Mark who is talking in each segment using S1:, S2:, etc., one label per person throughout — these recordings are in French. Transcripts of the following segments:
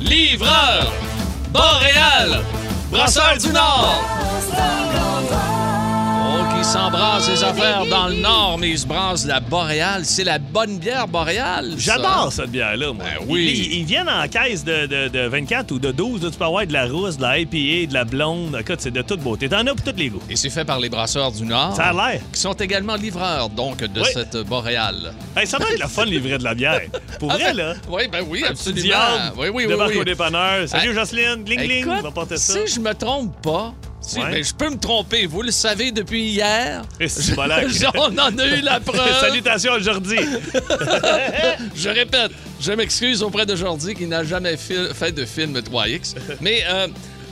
S1: Livreur, Boréal, Brasseur du Nord. Oh, qui s'embrasse les affaires dans le Nord, mais il se brasse la Boréale. C'est la bonne bière Boréale. ça.
S2: J'adore cette bière-là, moi.
S1: Ben oui.
S2: Ils, ils viennent en caisse de, de- de 24 ou de 12. là, tu peux avoir de la rousse, de la IPA, de la blonde. Écoute, c'est de toute beauté. T'en as pour tous les goûts.
S1: Et c'est fait par les Brasseurs du Nord.
S2: Ça a l'air.
S1: Qui sont également livreurs, donc, de
S2: Oui.
S1: cette Boréale.
S2: Hey, ça doit être le fun, livrer de la bière. Pour vrai, là.
S1: Oui, ben oui, absolument.
S2: Diable,
S1: oui, oui, oui,
S2: débarque
S1: oui.
S2: au dépanneur. Salut,
S1: Ah.
S2: Jocelyne. Gling, gling. On va
S1: Écoute,
S2: porter ça.
S1: si je me trompe pas, si-
S2: Ouais.
S1: ben, je peux me tromper, vous le savez depuis hier.
S2: Et c'est malade.
S1: On en a eu la preuve.
S2: Salutations aujourd'hui.
S1: Je répète, je m'excuse auprès de Jordi qui n'a jamais fi- fait de film 3X. Mais euh,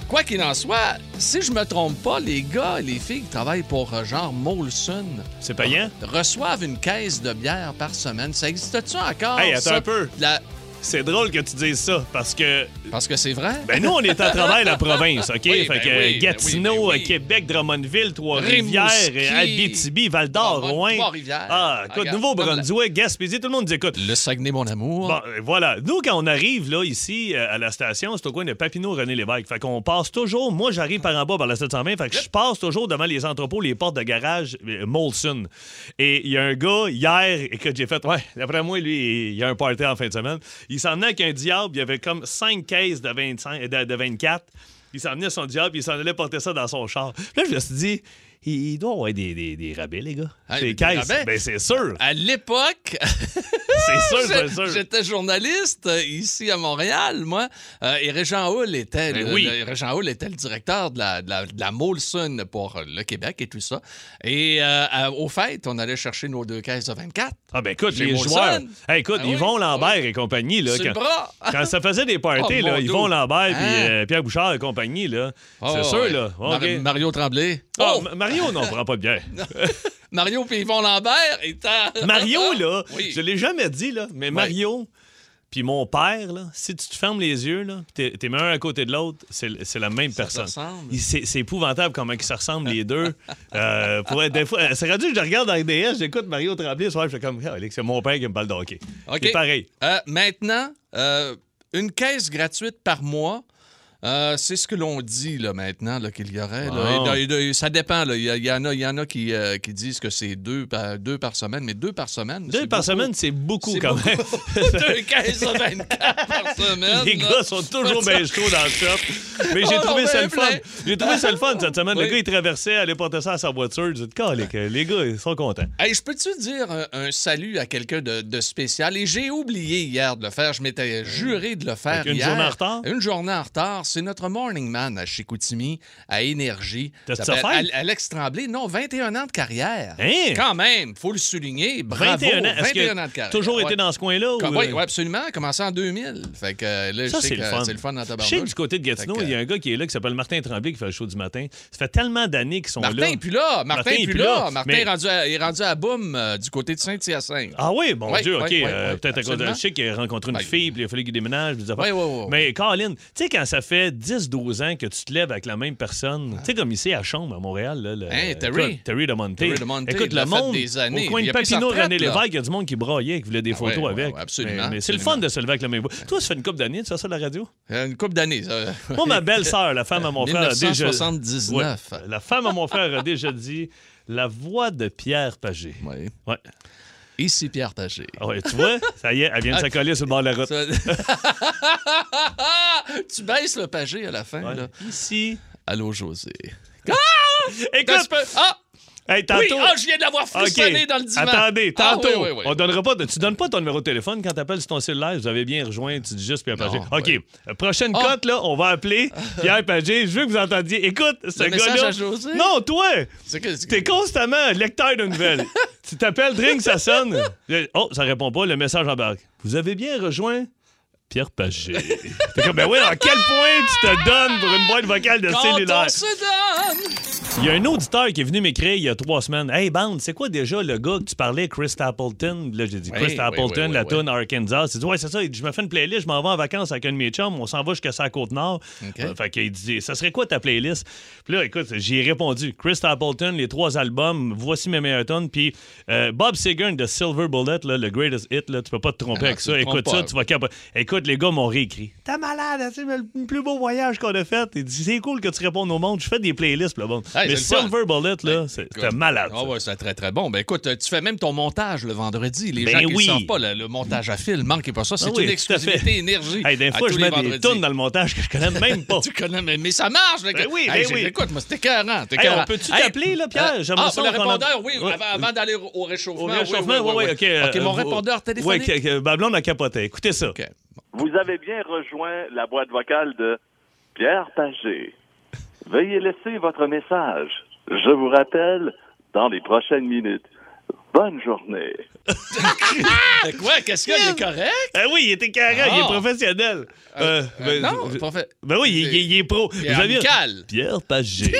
S1: quoi qu'il en soit, si je me trompe pas, les gars et les filles qui travaillent pour euh, genre Molson
S2: C'est payant?
S1: reçoivent une caisse de bière par semaine. Ça existe-tu encore?
S2: Hey, attends
S1: ça?
S2: un peu.
S1: La-
S2: C'est drôle que tu dises ça parce que
S1: Parce que c'est vrai?
S2: ben nous on est à travers la province, OK
S1: Oui,
S2: Fait
S1: ben
S2: que
S1: oui, ben
S2: Gatineau,
S1: oui, ben oui.
S2: Québec, Drummondville, Trois-Rivières,
S1: Rimouski,
S2: Abitibi, Val-d'Or,
S1: Drummond-
S2: Rouen.
S1: Trois-Rivières.
S2: Ah, écoute,
S1: Regarde,
S2: Nouveau-Brunswick, Gaspésie, tout le monde nous écoute.
S1: Le Saguenay, mon amour.
S2: Bon, euh, voilà. Nous, quand on arrive là, ici, euh, à la station, c'est au coin de Papineau-René-Lévesque. Fait qu'on passe toujours. Moi, j'arrive par en bas par la 720. Fait que je passe toujours devant les entrepôts, les portes de garage euh, Molson. Et il y a un gars, hier, et que j'ai fait, ouais, d'après moi, lui, il y a un party en fin de semaine. Il s'en venait avec un diable. Il y avait comme 5 caisses de, 25, de, de 24. Il s'en venait son diable, puis il s'en allait porter ça dans son char. Puis là, je me suis dit, il il doit avoir des, des- des rabais, les gars.
S1: Hey,
S2: Ces
S1: des
S2: caisses.
S1: rabais? Ah,
S2: Ben, c'est sûr.
S1: À l'époque,
S2: C'est sûr,
S1: J'ai-
S2: c'est sûr.
S1: J'étais journaliste euh, ici à Montréal, moi. Euh, et Régent Hull était,
S2: Ben
S1: le,
S2: oui.
S1: le- Régent Hull était le directeur de la, de la- de la Molson pour euh, le Québec et tout ça. Et euh, à- au fait, on allait chercher nos deux caisses de 24.
S2: Ah ben écoute,
S1: Chez
S2: les
S1: Molson.
S2: joueurs. Hey, écoute,
S1: Ah oui,
S2: Yvon Lambert
S1: oui.
S2: et compagnie, là,
S1: Sur le
S2: quand,
S1: bras. Ah,
S2: quand ça faisait des parties,
S1: Oh,
S2: là,
S1: mon
S2: Yvon
S1: Dieu.
S2: Lambert puis
S1: Hein?
S2: euh, Pierre Bouchard et compagnie, là. c'est
S1: Oh,
S2: sûr,
S1: ouais.
S2: là.
S1: Mar-
S2: OK.
S1: Mario Tremblay.
S2: Ah,
S1: Oh!
S2: M- Mario, non, on prend pas de bière.
S1: Mario puis Yvon Lambert Ah, étaient...
S2: Mario, là,
S1: Oui.
S2: je l'ai jamais dit, là, mais Mario, puis mon père, là, si tu te fermes les yeux, là, t'es t'es mis un à côté de l'autre, c'est c'est la même personne.
S1: ressemble.
S2: Il- C'est c'est épouvantable comment ils se ressemblent les deux. Euh, pour être- des fois, euh, c'est rendu que je regarde dans RDS, j'écoute Mario Tremblay, ce soir, je fais comme, Ah, Alex, c'est mon père qui me parle de hockey.
S1: OK.
S2: C'est pareil.
S1: Euh, maintenant, euh, une caisse gratuite par mois. euh, c'est ce que l'on dit là, maintenant là, qu'il y aurait. là.
S2: Wow.
S1: Et- et- et- ça dépend. là. Il y, a- il y en a, il y en a qui, euh, qui disent que c'est deux par, deux par semaine, mais deux par semaine.
S2: Deux
S1: c'est
S2: par
S1: beaucoup.
S2: semaine, c'est beaucoup
S1: C'est
S2: quand même.
S1: deux caisses à 24 par semaine.
S2: Les
S1: là.
S2: gars sont toujours bien chauds dans le shop. Mais j'ai
S1: On
S2: trouvé
S1: en
S2: ça
S1: met
S2: le fun.
S1: Oh, plein.
S2: J'ai trouvé ça le fun cette semaine. Le
S1: Oui.
S2: gars, il traversait, allait porter ça à sa voiture. J'ai dit, Calique, les gars, ils sont contents.
S1: Hey, je peux-tu dire un, un salut à quelqu'un de, de spécial? Et j'ai oublié hier de le faire. Je m'étais juré de le faire
S2: Fait qu'une
S1: hier.
S2: Mmh. journée en retard?
S1: Une journée en retard. C'est notre morning man à Chicoutimi, à Énergie.
S2: T'as-tu
S1: s'appelle
S2: sa fête?
S1: Al- Alex Tremblay. Non, 21 ans de carrière.
S2: Hein?
S1: Quand même, faut le souligner. Bravo,
S2: 21 ans.
S1: 21
S2: Est-ce que
S1: ans de carrière.
S2: toujours été
S1: Ouais.
S2: dans ce coin-là? ou,
S1: Comme- oui,
S2: euh,
S1: oui, absolument. Commencé en 2000. Fait que euh, là,
S2: Ça,
S1: je sais
S2: c'est
S1: que
S2: le fun.
S1: c'est le fun dans ta
S2: Je sais que du côté de Gatineau,
S1: Fait que,
S2: il y a un gars qui est là qui s'appelle Martin Tremblay qui fait le show du matin. Ça fait tellement d'années qu'ils sont là.
S1: Martin est plus là. Martin est plus là. Martin
S2: mais-
S1: est rendu à, est rendu à Boom euh, du côté de Saint-Hyacinthe.
S2: Ah oui, mon
S1: Ouais,
S2: Dieu,
S1: ouais,
S2: OK.
S1: ouais,
S2: euh,
S1: ouais,
S2: Peut-être à cause de
S1: absolument.
S2: je sais qu'il a rencontré une
S1: Ben,
S2: fille, puis il a fallu qu'il déménage. puis des affaires.
S1: Ouais, ouais, ouais, ouais.
S2: Mais Colin, tu sais, quand ça fait 10-12 ans que tu te lèves avec la même personne, tu sais, comme ici à Chambre, à Montréal, là, le-
S1: Ah. Hein, Terry?
S2: écoute, Terry de Monte.
S1: Terry de Monte,
S2: Écoute,
S1: il l'a
S2: le
S1: fait
S2: monde,
S1: des années.
S2: au coin de
S1: Il a pris sa
S2: Papineau,
S1: retraite,
S2: René
S1: là. Ah
S2: Lévesque, il y a du monde qui braillait, qui voulait des
S1: ouais,
S2: photos
S1: ouais,
S2: avec.
S1: ouais, absolument,
S2: Mais, mais c'est le fun
S1: absolument.
S2: de se lever avec la même voix. Toi, ça fait une couple d'années, tu fais ça à la radio?
S1: Euh, Une coupe d'années. ça.
S2: Moi, ma belle-sœur, la femme à mon frère, a déjà...
S1: 1979.
S2: Ouais, la femme à mon frère a déjà dit la voix de Pierre Pagé.
S1: Ouais.
S2: Ouais.
S1: Ici Pierre Pagé.
S2: Ah ouais, tu vois, ça y est, elle
S1: Ah,
S2: vient de s'accoler sur le bord de la route.
S1: Ça- tu baisses le Pagé à la fin.
S2: Ouais.
S1: Là.
S2: Ici.
S1: Allô, José.
S2: Écoute,
S1: Ah!
S2: hey,
S1: Oui!
S2: tantôt.
S1: Ah, je viens de l'avoir
S2: OK.
S1: frissonné dans le divan.
S2: Attendez,
S1: Ah,
S2: tantôt.
S1: oui, oui, oui.
S2: On donnera pas de- tu donnes pas ton numéro de téléphone quand t'appelles sur ton cellulaire. Vous avez bien rejoint, tu dis juste Pierre Pagé.
S1: Non,
S2: OK.
S1: ouais.
S2: Euh, Prochaine
S1: Ah.
S2: cote, là, on va appeler Pierre Pagé. Je veux que vous entendiez. Écoute, ce
S1: message
S2: gars-là.
S1: à José?
S2: Non, toi!
S1: C'est que- c'est que-
S2: T'es constamment lecteur de nouvelles. tu t'appelles Drink, ça sonne. Euh, Oh, ça répond pas, le message embarque. Vous avez bien rejoint. Pierre Pagé. T'es comme, ben oui, à quel point tu te donnes pour une boîte vocale de
S1: Quand
S2: cellulaire?
S1: on se donne
S2: Il y a un auditeur qui est venu m'écrire il y a trois semaines. Hey, Band, c'est quoi déjà le gars que tu parlais, Chris Appleton? Là, j'ai dit
S1: Oui,
S2: Chris
S1: oui,
S2: Appleton,
S1: oui, oui,
S2: la
S1: oui.
S2: tune Arkansas. Il dit, ouais, c'est ça. Il dit, je me fais une playlist, je m'en vais en vacances avec un de mes chums, on s'en va jusqu'à sa côte nord.
S1: OK.
S2: fait qu'il dit, ça serait quoi ta playlist? Puis là, écoute, j'ai répondu, Chris Appleton, les trois albums, voici mes meilleurs tunes. Puis euh, Bob Seger de Silver Bullet, là, le greatest hit, là, tu peux pas te tromper
S1: Ah,
S2: avec
S1: tu
S2: ça.
S1: te
S2: Écoute
S1: trompes
S2: ça,
S1: pas.
S2: tu vas capoter. Écoute, les gars m'ont réécrit. T'es malade, hein, c'est le plus beau voyage qu'on a fait. Il dit, c'est cool que tu répondes au monde. Je fais des playlists, le bon.
S1: Hey,
S2: Mais
S1: c'est le
S2: Silver Bullet, là, c'est- c'était
S1: Écoute.
S2: malade.
S1: Ah
S2: ça.
S1: ouais, c'est très très bon. Ben écoute, euh, tu fais même ton montage le vendredi. Les
S2: Ben
S1: gens qui
S2: oui.
S1: ne savent pas le, le montage à fil, manquez pas ça. C'est
S2: Ah oui,
S1: une
S2: tout à fait.
S1: exclusivité énergie.
S2: Hey, des
S1: à
S2: fois,
S1: tous
S2: je
S1: les
S2: mets des
S1: vendredis.
S2: tunes dans le montage que je connais même pas.
S1: Tu connais, mais, mais ça marche. là,
S2: Ben
S1: que-
S2: oui,
S1: Hey,
S2: ben
S1: j'ai-
S2: oui.
S1: Écoute, moi, c'était 40.
S2: Hey, on peut-tu t'appeler, là, Pierre? J'aimerais
S1: Ah,
S2: ça
S1: pour le
S2: entendre-
S1: répondeur, oui,
S2: Ouais.
S1: avant, avant d'aller au au réchauffement.
S2: Au
S1: oui,
S2: réchauffement,
S1: oui, oui,
S2: ouais,
S1: oui.
S2: OK. euh,
S1: OK, mon
S2: vous-
S1: répondeur téléphonique.
S2: Ouais, que- que- ma blonde a capoté. Écoutez ça.
S1: OK.
S3: Vous avez bien rejoint la boîte vocale de Pierre Pagé. Veuillez laisser votre message. Je vous rappelle dans les prochaines minutes. Bonne journée.
S1: Fait que, ouais, qu'est-ce qu'il y a? Il est correct?
S2: Ah oui, il était carré, il est
S1: Ah.
S2: professionnel.
S1: Euh,
S2: Euh,
S1: euh,
S2: ben,
S1: non,
S2: je-
S1: pas fait.
S2: ben oui, il, il- il est pro.
S1: Il est amical.
S2: Pierre Pagé.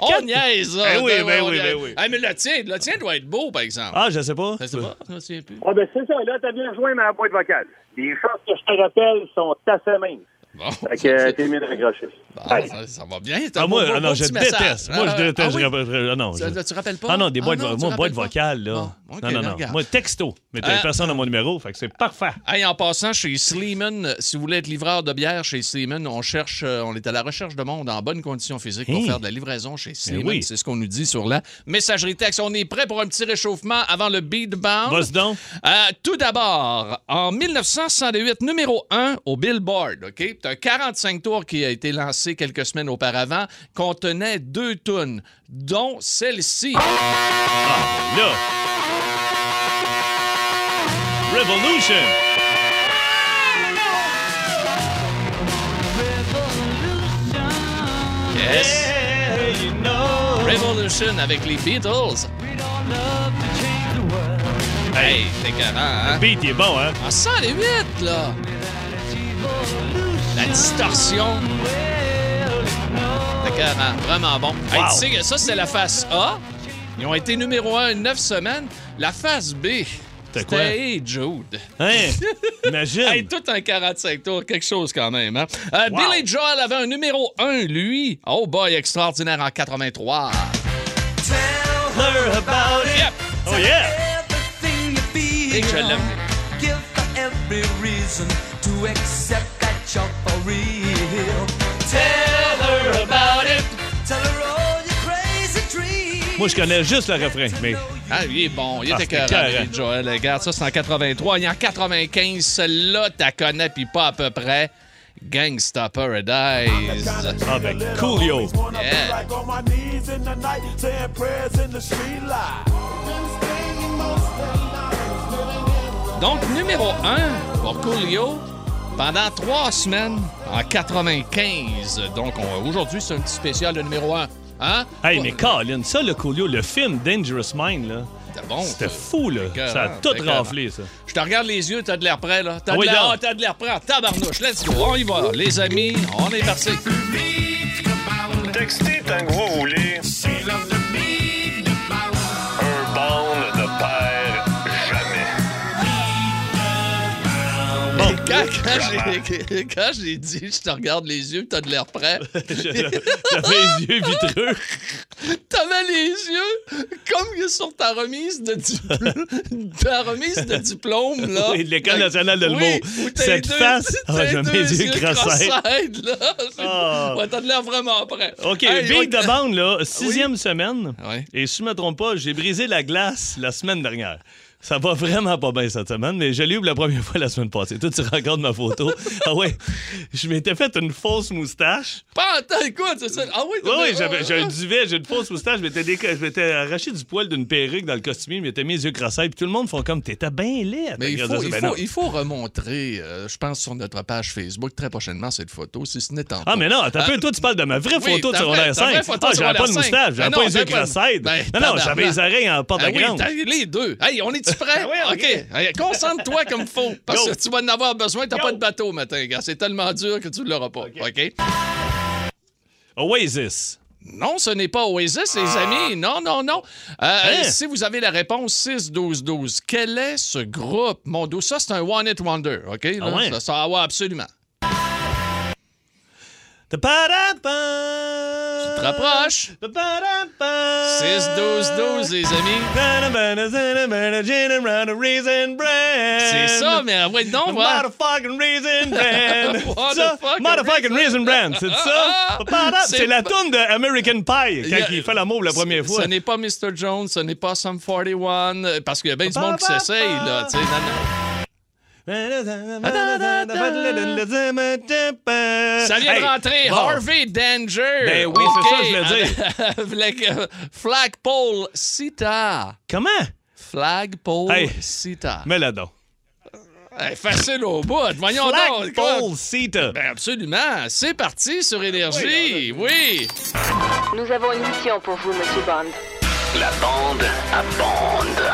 S1: On niaise.
S2: Ben
S1: ah,
S2: oui, ben
S1: on
S2: oui, ben
S1: niaise.
S2: oui.
S1: Ah, mais le tien, le tien doit être beau, par exemple.
S2: ah, je sais pas.
S1: Je sais pas, je me souviens plus.
S4: Ah ben c'est ça, là, t'as bien rejoint ma boîte vocale. Les choses que je te rappelle sont assez minces.
S1: Bon.
S4: Fait que euh, t'es mieux de raccrocher.
S1: Ah, ça, ça va bien. t'as
S2: Ah,
S1: un
S2: moi,
S1: beau-
S2: ah
S1: beau
S2: non, je
S1: petit message.
S2: déteste. Moi,
S1: Ah,
S2: je déteste.
S1: ah oui?
S2: je rappelle- ah non, je-
S1: Ça, ça, tu rappelles pas?
S2: Ah non, des boîtes,
S1: tu
S2: moi, boîtes
S1: rappelles pas?
S2: vocales, là.
S1: Bon, ok,
S2: non, non, non.
S1: regarde.
S2: Moi, texto. Mais t'as
S1: Ah.
S2: personne à mon numéro, fait que c'est parfait.
S1: Hey, en passant, chez Sleeman, euh, si vous voulez être livreur de bière chez Sleeman, on cherche, euh, on est à la recherche de monde en bonne condition physique pour
S2: Hey. Eh
S1: faire de la livraison chez Sleeman.
S2: oui.
S1: C'est ce qu'on nous dit sur la messagerie texte. On est prêt pour un petit réchauffement avant le beat
S2: Vas-y donc.
S1: Euh, tout d'abord, en 1968, numéro 1 au Billboard, OK? C'est un 45 tours qui a été lancé quelques semaines auparavant, contenait deux tunes, dont celle-ci.
S2: Là. Revolution.
S1: Yes! Revolution avec les Beatles. Hey, t'es carré, hein?
S2: Beat, il est bon, hein?
S1: En 108, là! La distorsion. T'es carré, vraiment bon. Hey,
S2: Wow.
S1: tu sais que ça, c'est la face A. Ils ont été numéro 1 9 semaines. La face B,
S2: C'était quoi?
S1: c'était Hey Jude.
S2: Hein? Imagine.
S1: Hey, tout un 45 tours, quelque chose quand même. Hein? Euh,
S2: Wow.
S1: Billy Joel avait un numéro 1, lui. Oh boy, extraordinaire en 83. Yep.
S2: Oh yeah!
S1: Et que je l'aime.
S5: Give for every reason to accept that you're for real. Tell her about it. Tell her all your crazy dreams.
S2: Moi, je connais juste le refrain, mais
S1: Ah, il est bon, il
S2: Ah,
S1: était
S2: c'était
S1: écœurant,
S2: écœurant.
S1: Billy Joel. Regarde, ça, c'est en 83. Il est en 95. Celle-là, t'as connais, puis pas à peu près. Gangsta Paradise.
S2: ah ben coolio.
S1: Yeah. Donc, numéro 1 pour Coolio pendant trois semaines en 95. Donc, on- aujourd'hui, c'est un petit spécial de numéro 1. Hein?
S2: Hey
S1: Pas-
S2: mais Colin, ça le coolio, le film Dangerous Mind là,
S1: C'était bon.
S2: c'était
S1: ça.
S2: fou là,
S1: Écœurant,
S2: ça a tout
S1: écœurant.
S2: raflé ça.
S1: Je te regarde les yeux, t'as de l'air prêt, là. T'as
S2: Ah
S1: de
S2: oui,
S1: l'air
S2: donc.
S1: ah, t'as de l'air prêt en tabarnouche. Let's go. On y va, les amis. On est parti.
S6: Textez tant que vous voulez. Un bond de père jamais.
S1: Bon, quand, quand j'ai, quand j'ai dit je te regarde les yeux, t'as de l'air prêt,
S2: J'avais les yeux vitreux.
S1: t'avais les yeux comme que sur ta remise de diplôme, ta remise de diplôme là.
S2: Oui, de l'École nationale de l'humour.
S1: Oui, où t'as
S2: Cette
S1: les deux-
S2: face,
S1: t'as
S2: ah,
S1: les
S2: j'aime
S1: deux
S2: mes yeux crossettes.
S1: crossettes, là.
S2: Ah.
S1: Ouais, t'as de l'air vraiment prêt.
S2: OK,
S1: Hey,
S2: Beat
S1: on-
S2: de bande là, sixième semaine.
S1: Ouais.
S2: Et si je me trompe pas, j'ai brisé la glace la semaine dernière. Ça va vraiment pas bien cette semaine, mais je l'ai eu pour la première fois la semaine passée. Toi, tu regardes ma photo. ah ouais, je m'étais fait une fausse moustache.
S1: Pas en temps, écoute, c'est ça. Ah oui,
S2: Oui, oui, j'avais- j'ai
S1: Ah.
S2: un duvet, j'ai une fausse moustache, je m'étais déco- je m'étais arraché du poil d'une perruque dans le costumier, je m'étais mis les yeux crossés, puis tout le monde font comme t'étais bien laid. à
S1: Mais il
S2: ta
S1: faut,
S2: graisse de-
S1: il,
S2: Ben
S1: faut,
S2: non.
S1: il faut remontrer, euh, je pense, sur notre page Facebook très prochainement cette photo, si ce n'est en
S2: Ah, mais non, attends un peu, toi, tu parles de ma vraie
S1: oui,
S2: photo de
S1: ta vraie-
S2: secondaire
S1: ta vraie
S2: 5.
S1: photo
S2: Ah,
S1: de
S2: j'avais pas de
S1: secondaire
S2: moustache, j'avais
S1: cinq. Ben
S2: pas les
S1: non,
S2: yeux
S1: t'avais pas
S2: crossés.
S1: de- Ben,
S2: non, non,
S1: tabarnak.
S2: j'avais les oreilles en porte
S1: Ah
S2: de
S1: oui,
S2: grande.
S1: t'as eu les deux. Hey, on est-tu prêts?
S2: Ah oui,
S1: OK. Hey, Concentre-toi comme faut. Parce que tu vas en avoir besoin. T'as pas de bateau matin, gars. C'est tellement dur que tu l'auras pas. OK?
S2: Oasis.
S1: Non, ce n'est pas Oasis, les amis. Non, non, non. Euh,
S2: Ah. Hein?
S1: Si vous avez la réponse 6-12-12, quel est ce groupe? Mon dos, ça, c'est un One It Wonder, OK? là?
S2: Ah ouais?
S1: Ça, ça, ouais, absolument.
S2: Tu te
S1: te rapproches. 6-12-12,
S2: Euh, 6-12-12.
S1: les amis. C'est
S2: C'est
S1: ça, mais ah, ouais, non, voilà.
S2: Motherfucking Raisin Bran.
S1: What the
S2: Ça,
S1: fucking
S2: Motherfucking Raisin Bran, c'est ça? Parada,
S1: C'est
S2: C'est la
S1: pas-
S2: toune de American Pie
S1: Il y a-
S2: quand il fait l'amour la première
S1: Ce-
S2: fois.
S1: Ce n'est pas Mr. Jones, ce n'est pas Sum 41, euh, parce qu'il y a bien du monde qui s'essaye, là. tu sais, non, non. Ça vient
S2: vient
S1: de rentrer. Harvey Danger.
S2: Ben oui, c'est ça, je
S1: voulais
S2: voulais
S1: dire. Flagpole Sita.
S2: Comment?
S1: Flagpole
S2: Hey.
S1: Sita.
S2: Mets-la donc.
S1: Hey, facile au bout. Voyons donc. quoi.
S2: Flagpole Ben Sita.
S1: Ben absolument. C'est parti sur Énergie. Oui.
S7: Nous avons une mission pour vous, Monsieur Bond.
S8: La bande à bande.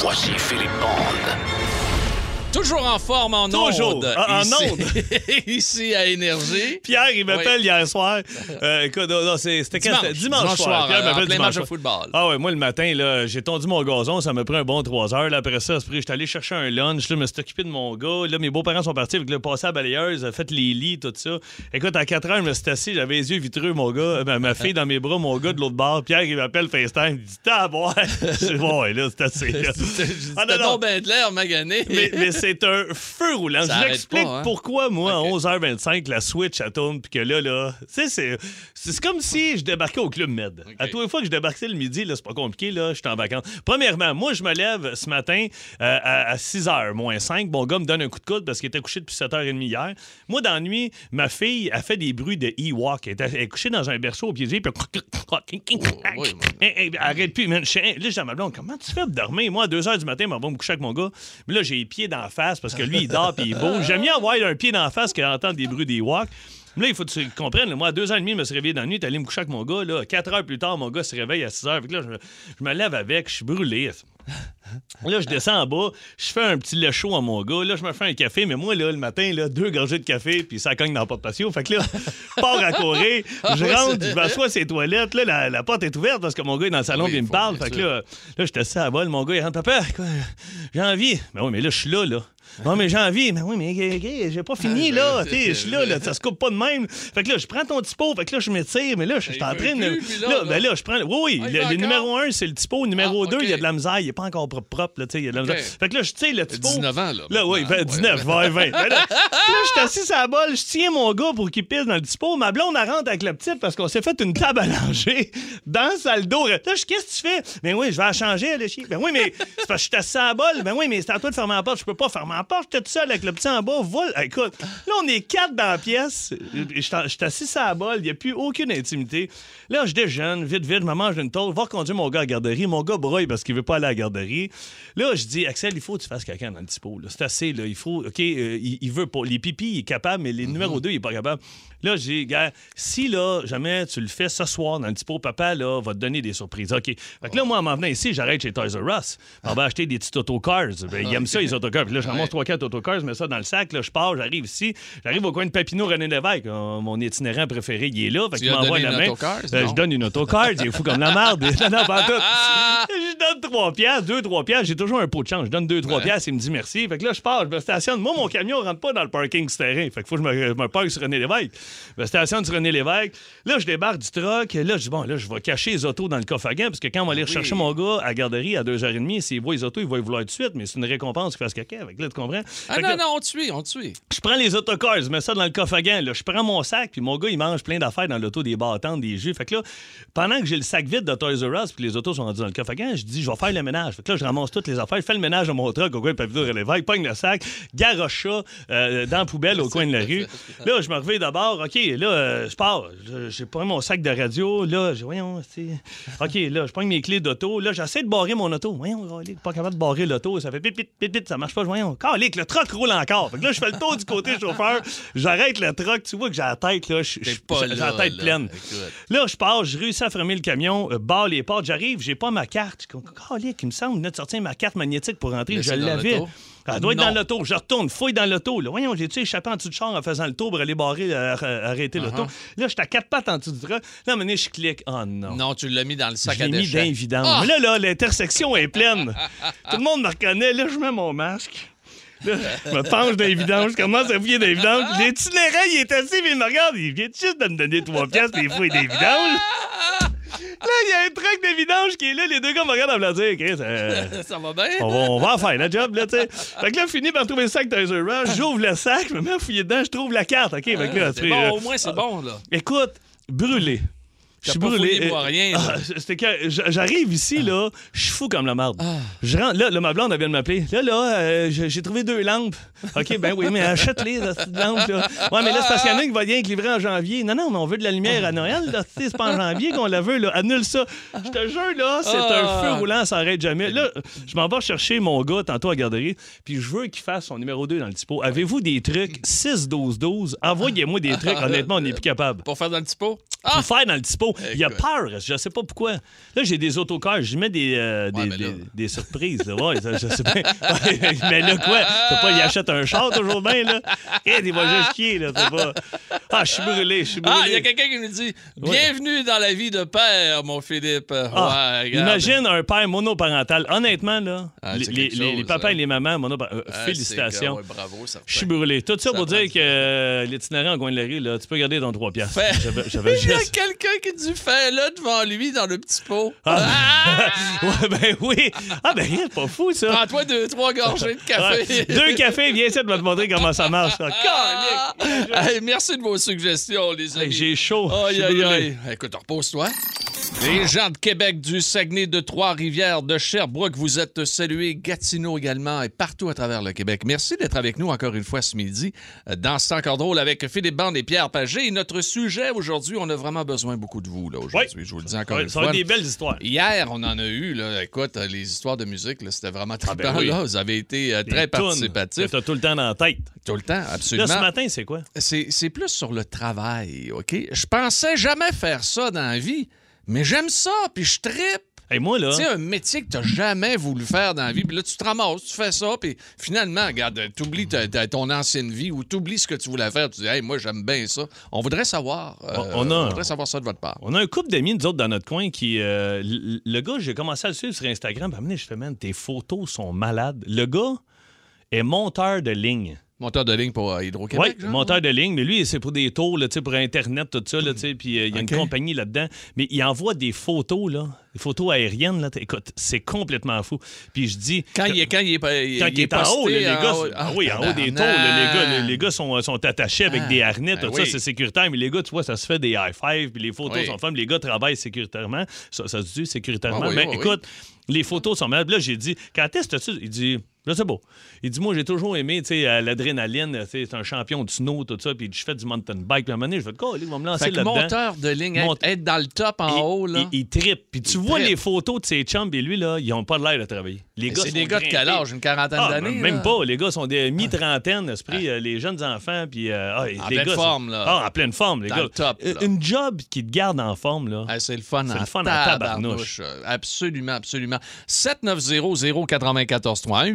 S8: Voici Philippe Bande.
S1: Toujours en forme, en
S2: Toujours.
S1: onde.
S2: En- en
S1: Ici-
S2: onde. ah,
S1: Ici à Énergie.
S2: Pierre, il m'appelle
S1: Oui.
S2: hier soir. Euh, écoute, non, non, c'est- c'était quand?
S1: Dimanche.
S2: C'était dimanche,
S1: Dimanche soir,
S2: Pierre
S1: euh,
S2: m'appelle
S1: en plein
S2: dimanche
S1: match de
S2: soir.
S1: football.
S2: Ah ouais, moi, le matin, là, j'ai tondu mon gazon. Ça m'a pris un bon 3 heures. Là, après ça, après, j'étais allé chercher un lunch. Là, je me suis occupé de mon gars. Là, mes beaux-parents sont partis. Avec le passé à la balayeuse, euh, fait les lits, tout ça. Écoute, à 4 heures, je me suis assis. J'avais les yeux vitreux, mon gars. Euh, ma- ma fille dans mes bras, mon gars de l'autre bord. Pierre, il m'appelle FaceTime. Il dit T'as à boire. C'est bon, ouais, là, c'est assez. là. Ah, non,
S1: C'était
S2: non.
S1: donc ben de l'air magané.
S2: Mais, mais c'est un feu roulant.
S1: Ça
S2: je
S1: arrête
S2: l'explique
S1: pas, hein?
S2: pourquoi, moi,
S1: Ok.
S2: à 11h25, la Switch, elle tourne, puis que là, là, tu sais, c'est, c'est c'est comme si je débarquais au Club Med. À tous les fois que je débarquais le midi, là, c'est pas compliqué, là, j'étais en vacances. Premièrement, moi, je me lève ce matin euh, à, à 6h, moins 5. Mon gars me donne un coup de coude parce qu'il était couché depuis 7h30 hier. Moi, dans la nuit, ma fille a fait des bruits de e-walk. Elle, était- elle est couchée dans un berceau au pied du lit, puis...
S1: oui, moi.
S2: Hey, hey, Eh, arrête plus, man. Je suis- eh, Là, j'ai ma blonde, comment tu fais pour dormir? Moi, à 2 h du matin, je vais me coucher avec mon gars. Mais là, j'ai les pieds dans la face parce que lui, il dort puis il bouge. J'aime mieux avoir un pied dans la face que d'entendre des bruits des walks. Mais là, il faut que tu le comprennes. là. Moi, à 2 h 30 je me suis réveillé dans la nuit, t'es allé me coucher avec mon gars. Là. 4 heures plus tard, mon gars se réveille à 6 h. Là, je, me- je me lève avec, je suis brûlé. Là, je descends en bas, je fais un petit lait chaud à mon gars. Là, je me fais un café, mais moi, là, le matin, là, deux gorgées de café, puis ça cogne dans la porte patio. Fait que là, je pars à courir, je
S1: Ah ouais,
S2: rentre,
S1: c'est-
S2: je m'assois sur les toilettes. Là, la, la porte est ouverte parce que mon gars est dans le salon,
S1: Oui,
S2: puis il me
S1: faut,
S2: parle.
S1: bien
S2: Fait que
S1: sûr.
S2: là, là, je suis à la vol, mon gars, il rentre, papa, quoi, j'ai envie. Mais oui, mais là, je suis là, là. Non, mais j'ai envie. Mais oui, mais ok, ok, j'ai pas fini,
S1: Ah,
S2: là.
S1: ben,
S2: Tu sais, je suis là, là, ça se coupe pas de même. Fait que là, je prends ton petit pot, fait que là, je m'étire, mais là, je
S1: Ben,
S2: suis
S1: Il
S2: en
S1: veut
S2: train de.
S1: plus, lui, là,
S2: Là,
S1: là.
S2: ben là, je prends. Oui, oui,
S1: Ah, il
S2: le,
S1: veut
S2: le
S1: encore?
S2: numéro un, c'est le typo. Numéro
S1: Ah,
S2: 2, il y a
S1: ok.
S2: de la misère. Il est pas encore propre, propre là, tu sais, il y a de la misère.
S1: Ok.
S2: Fait que là, je- tu sais, le typo.
S1: 19 ans, là,
S2: Là, oui,
S1: maintenant.
S2: 19, 20, 20. Ben là, là, je suis assis à la bolle, je tiens mon gars pour qu'il pisse dans le typo. Ma blonde, elle rentre avec le petit parce qu'on s'est fait une table à langer dans sa le dos. Là, je qu'est-ce que tu fais? Ben oui, je vais la changer, elle, le chien. Ben oui, mais c'est parce que je suis assis à la bolle. Ben oui, mais c'est à toi de fermer la porte. Je peux pas fermer la porte. J'étais tout seul avec le petit en bas. Voilà. Ah, Écoute, là, on est quatre dans la pièce. Je suis en- je suis assis à la bolle. Il n'y a plus aucune intimité. Là, je déjeune, vite, vite, je me mange une tôle. Va conduire mon gars à la garderie. Mon gars broye parce qu'il veut pas aller à la garderie. Là, je dis, Axel, il faut que tu fasses caca dans le petit pot. là. C'est assez, là. Il faut, OK, euh, il, il veut pas. Les pipis, il est capable, mais les
S1: Mhm.
S2: numéro 2, il est pas capable. Là, j'ai, gars, si, là, jamais tu le fais ce soir dans le petit pot, papa, là, va te donner des surprises. OK. Fait que
S1: Ah.
S2: là, moi, en m'en venant ici, j'arrête chez Toys R Us. On va acheter des petits autocars. Ben,
S1: Ah.
S2: il aime ça, les autocars. Puis là, je ramasse 3-4 autocars, je mets ça dans le sac. Là, je pars, j'arrive ici. J'arrive au coin de Papineau, René Lévesque. Euh, mon itinérant préféré, il est là. Fait
S1: Tu
S2: qu'il
S1: lui as
S2: m'envoie
S1: donné
S2: la
S1: une
S2: main.
S1: autocars,
S2: Euh,
S1: non?
S2: je donne une autocard. Il est fou comme la marde. Non, non, pas en tout. Je donne 3 piastres, 2, 3 piastres. J'ai toujours un pot de change. Je donne 2, 3
S1: Ouais.
S2: piastres. Il me dit merci. Fait que là, je pars, je me stationne. Moi, mon camion rentre pas dans le parking souterrain. Fait que faut que je me, je me parque sur René Lévesque. Je me stationne sur René Lévesque. Là, je débarque du truck. Là, je dis, bon, là, je vais cacher les autos dans le coffre à gants. Parce que quand on va
S1: Ah
S2: aller chercher mon gars à la garderie à 2h30, s'il voit les autos, il va les vouloir tout de suite. Mais c'est une récompense qu'il fasse caca. Fait que là, tu comprends?
S1: Ah
S2: Fait que
S1: non,
S2: là,
S1: non, on tue, on tue.
S2: je prends les autocars, je mets ça dans le coffre à gants. là. Je prends mon sac, puis mon gars, il mange plein d'affaires dans l'auto, des bâtons, des jus. Fait que là, pendant que j'ai le sac vide de Toys R Us, puis les autos sont rendus dans le coffre à gants, je dis, je vais faire le ménage. Fait que là, je ramasse toutes les affaires, je fais le ménage dans mon truck au coin de Papidou Relevai, pogne le sac, garoche ça euh, dans la poubelle au coin de la rue. Là, je me réveille d'abord, OK, là, euh, je pars. Je- J'ai pris mon sac de radio, là, je voyons, c'est... OK, là, je prends mes clés d'auto, là, j'essaie de barrer mon auto. Voyons, calique, pas capable de barrer l'auto, ça fait pit, pit, pit, pit, ça marche pas, voyons. Calique, le truck roule encore. Fait que là, je fais le tour du côté chauffeur, j'arrête le truck, tu vois que j'ai la tête, là, je-
S1: T'es
S2: je-
S1: pas
S2: j'ai la
S1: là,
S2: tête
S1: là.
S2: pleine.
S1: Écoute.
S2: Là, je pars, je réussis à fermer le camion, euh, barre les portes, j'arrive, j'ai pas ma carte. Je suis comme, Calique, il me semble, venait de sortir ma carte magnétique pour rentrer.
S1: Laissez
S2: je
S1: dans
S2: l'avais.
S1: l'auto?
S2: Elle doit être
S1: Non.
S2: dans l'auto. Je retourne, fouille dans l'auto. là. Voyons, j'ai-tu échappé en dessous du char en faisant le tour pour aller barrer, euh, ar- arrêter l'auto?
S1: Uh-huh.
S2: Là, j'étais à quatre pattes en dessous du truck. Là, à un moment donné, je clique. Oh non.
S1: Non, tu l'as mis dans le sac
S2: Je
S1: à
S2: l'ai mis
S1: déchets.
S2: d'invidence.
S1: Ah!
S2: Mais là, là, l'intersection est pleine. Tout le monde me reconnaît. Là, je mets mon masque. Là, je me penche d'invidence. Je commence à fouiller d'invidence. L'itinérant, il est assis, mais il me regarde. Il vient juste de me donner trois piastres, puis il fouille des vidanges. Là, il y a un truc de vidange qui est là. Les deux gars me regardent en me disant, OK, ça-
S1: Ça va bien?
S2: euh, on va, on va en faire la job, là, tu sais. Fait que là, fini par trouver le sac dans un rush. J'ouvre le sac, je me mets à fouiller dedans, je trouve la carte. OK, fait que là, tu
S1: Ah, C'est
S2: sais,
S1: bon,
S2: euh,
S1: au moins, c'est bon, là.
S2: Écoute, brûlé. Je
S1: T'as
S2: suis
S1: pas
S2: brûlé.
S1: fouillé pour
S2: Euh,
S1: rien, là. Ah.
S2: ah, c'était que j- j'arrive ici, là, je suis fou comme la marde. Je rentre, là, là, ma blonde, elle vient de m'appeler. Là, là, euh, j'ai j'ai trouvé deux lampes. OK, ben oui, mais achète-les, là, ces lampes, là. Ouais, mais là, c'est parce qu'il y en a une qui va bien être livrée en janvier. Non, non, mais on veut de la lumière à Noël, là. Tu sais, C'est pas en janvier qu'on la veut, là. Annule ça. Je te jure, là, c'est
S1: Ah.
S2: un feu roulant, ça arrête jamais. Là, je m'en vais chercher mon gars tantôt à la garderie, puis je veux qu'il fasse son numéro 2 dans le typo. Avez-vous des trucs 6-12-12? Envoyez-moi des trucs, honnêtement, on n'est plus capable
S1: Pour faire dans le petit pot?
S2: pour
S1: Ah!
S2: faire dans le typo. Il a
S1: Écoute.
S2: peur, je sais pas pourquoi. Là, j'ai des autocars, je mets des, euh,
S1: Ouais,
S2: des,
S1: mais là-
S2: des- des surprises. là. Ouais, ça, je sais bien. Ouais, mais là, quoi? Faut pas, il achète un char toujours bien, là. Et il va juste chier, là. c'est Pas... Ah, je suis brûlé, je suis brûlé.
S1: Ah, il y a quelqu'un qui nous dit
S2: Ouais.
S1: Bienvenue dans la vie de père, mon Philippe.
S2: Ah,
S1: ouais, regarde.
S2: imagine un père monoparental. Honnêtement, là,
S1: Ah,
S2: les,
S1: c'est
S2: les-
S1: quelque chose,
S2: les papas
S1: ça.
S2: et les mamans monoparentales.
S1: Ah, c'est
S2: félicitations.
S1: que- ouais, bravo, ça
S2: Je suis brûlé. Tout ça,
S1: Ça
S2: pour
S1: prend
S2: dire
S1: du
S2: que euh, l'itinérant en coin de la rue, là, tu peux garder ton 3 piastres.
S1: Fait-
S2: J'avais- J'avais
S1: Il y a
S2: juste...
S1: quelqu'un qui dit fait là devant lui dans le petit pot.
S2: Ah, ouais, ben oui. Ah, ben, c'est pas fou, ça.
S1: Prends-toi deux, trois gorgées de
S2: Ouais.
S1: café.
S2: Deux cafés, viens ici, je vais te montrer comment ça marche. Ah,
S1: Ah! Hey, merci de vos suggestions, les
S2: Hey,
S1: amis.
S2: J'ai chaud.
S1: Aïe,
S2: je suis
S1: aïe,
S2: brûlé.
S1: aïe. Écoute, repose-toi. Les gens de Québec, du Saguenay, de Trois-Rivières, de Sherbrooke, vous êtes salués. Gatineau également et partout à travers le Québec. Merci d'être avec nous encore une fois ce midi euh, dans C'est encore drôle avec Philippe Bande et Pierre Pagé. Et notre sujet aujourd'hui, on a vraiment besoin beaucoup de vous là aujourd'hui. Je vous le dis encore
S2: Ouais,
S1: une
S2: ça
S1: fois.
S2: va être des belles histoires.
S1: Hier, on en a eu, là, écoute, euh, les histoires de musique, là, c'était vraiment très
S2: ben oui.
S1: là. Vous avez été euh, très
S2: Des tunes
S1: participatif
S2: que T'as tout le temps dans la tête.
S1: tout le temps,
S2: Là,
S1: absolument.
S2: ce matin, c'est quoi?
S1: C'est c'est plus sur le travail, OK? Je pensais jamais faire ça dans la vie, mais j'aime ça, puis je tripe.
S2: Hey, moi, là,
S1: Tu sais, un métier que t'as jamais voulu faire dans la vie, puis là, tu te ramasses, tu fais ça, puis finalement, regarde, t'oublies ta- ta- ton ancienne vie ou t'oublies ce que tu voulais faire, tu dis, hey, moi, j'aime bien ça. On voudrait savoir. euh,
S2: On- on a-
S1: voudrait savoir ça de votre part.
S2: on a un couple d'amis, nous autres, dans notre coin, qui. euh, l- le gars, j'ai commencé à le suivre sur Instagram. Puis, à un moment donné, je fais, man, tes photos sont malades. Le gars est monteur de ligne.
S1: Monteur de ligne pour euh,
S2: Oui,
S1: Hydro-Québec. genre?
S2: monteur de ligne, mais lui, c'est pour des tours, là, tu sais, pour Internet, tout ça, là, tu sais, puis euh, il y a
S1: OK.
S2: une compagnie là-dedans. Mais il envoie des photos, là, des photos aériennes, là, t- écoute, c'est complètement fou. Puis je dis...
S1: Quand il est, quand il est, pas- il
S2: quand
S1: il
S2: il est en
S1: posté
S2: haut, là, les
S1: en
S2: gars,
S1: haut-
S2: sont-
S1: Ah,
S2: ah oui, en haut
S1: tabarnak.
S2: des taux, là, les gars, les, les gars sont, euh, sont attachés avec
S1: Ah.
S2: des harnais, tout
S1: Ben
S2: ça,
S1: oui.
S2: c'est sécuritaire, mais les gars, tu vois, ça se fait des high five, puis les photos
S1: Oui.
S2: sont femmes, les gars travaillent sécuritairement, ça, ça se dit sécuritairement,
S1: Ah oui,
S2: mais
S1: oui, oui.
S2: écoute, les photos sont malades. Puis Là, j'ai dit, quand est-ce que tu... Il dit, je sais pas. Il dit, moi, j'ai toujours aimé, tu sais, euh, l'adrénaline, tu sais, c'est un champion du snow, tout ça, puis il dit, je fais du mountain bike, puis à un moment donné, je vais te coller, il va me lancer
S1: Fait que
S2: là-dedans.
S1: monteur de ligne, être-
S2: Monte-
S1: être dans le top en
S2: Il-
S1: haut, là.
S2: Il, il trippe. Puis tu
S1: Il
S2: vois
S1: trippe.
S2: les photos de ses chums, et lui, là, ils ont pas l'air de travailler. Les
S1: Mais
S2: gars
S1: C'est
S2: sont
S1: des gars de quel
S2: grimpés.
S1: âge? Une quarantaine
S2: Ah,
S1: d'années?
S2: ben, même
S1: là?
S2: pas. Les gars sont des mi-trentaine, esprit, euh, les jeunes enfants. Puis, euh, ah, les
S1: pleine
S2: gars,
S1: forme, là.
S2: Ah, en pleine forme, les
S1: Dans
S2: gars.
S1: le top, là.
S2: Euh, Une job qui te garde en forme, là.
S1: Ah, c'est le fun,
S2: C'est
S1: en
S2: le fun en
S1: tabarnouche.
S2: tabarnouche.
S1: Absolument, absolument. 790-094-3,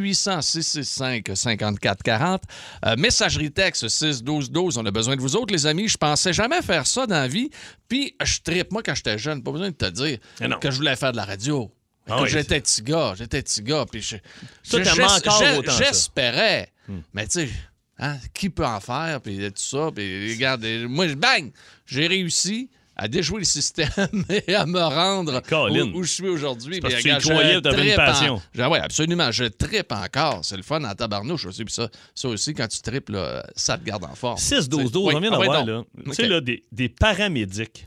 S1: 800-665-5440. Euh, messagerie texte 612-12. On a besoin de vous autres, les amis. Je pensais jamais faire ça dans la vie. Puis, je trippe. Moi, quand j'étais jeune, pas besoin de te dire
S2: Mais non.
S1: que je voulais faire de la radio.
S2: Ah
S1: Écoute,
S2: oui.
S1: J'étais petit gars, j'étais petit gars. Puis je-
S2: Ça,
S1: je-
S2: t'aimes
S1: j'es-
S2: encore
S1: j'es-
S2: autant ça.
S1: J'espérais.
S2: Hmm.
S1: Mais tu sais, hein, qui peut en faire? Puis tout ça. Puis regarde, et moi, je- bang! J'ai réussi à déjouer le système et à me rendre
S2: Colin.
S1: où, où je suis aujourd'hui.
S2: parce
S1: Puis,
S2: que tu y
S1: regarde, je
S2: croyais, t'avais une
S1: trippe en-
S2: passion.
S1: je- ouais, absolument. Je trippe encore. C'est le fun en tabarnouche aussi. Puis ça, ça aussi, quand tu tripes, là, ça te garde en forme.
S2: 6-12-12,
S1: Oui,
S2: on vient
S1: ah ouais,
S2: d'avoir,
S1: donc.
S2: là. Tu sais,
S1: OK.
S2: là, des, des paramédics.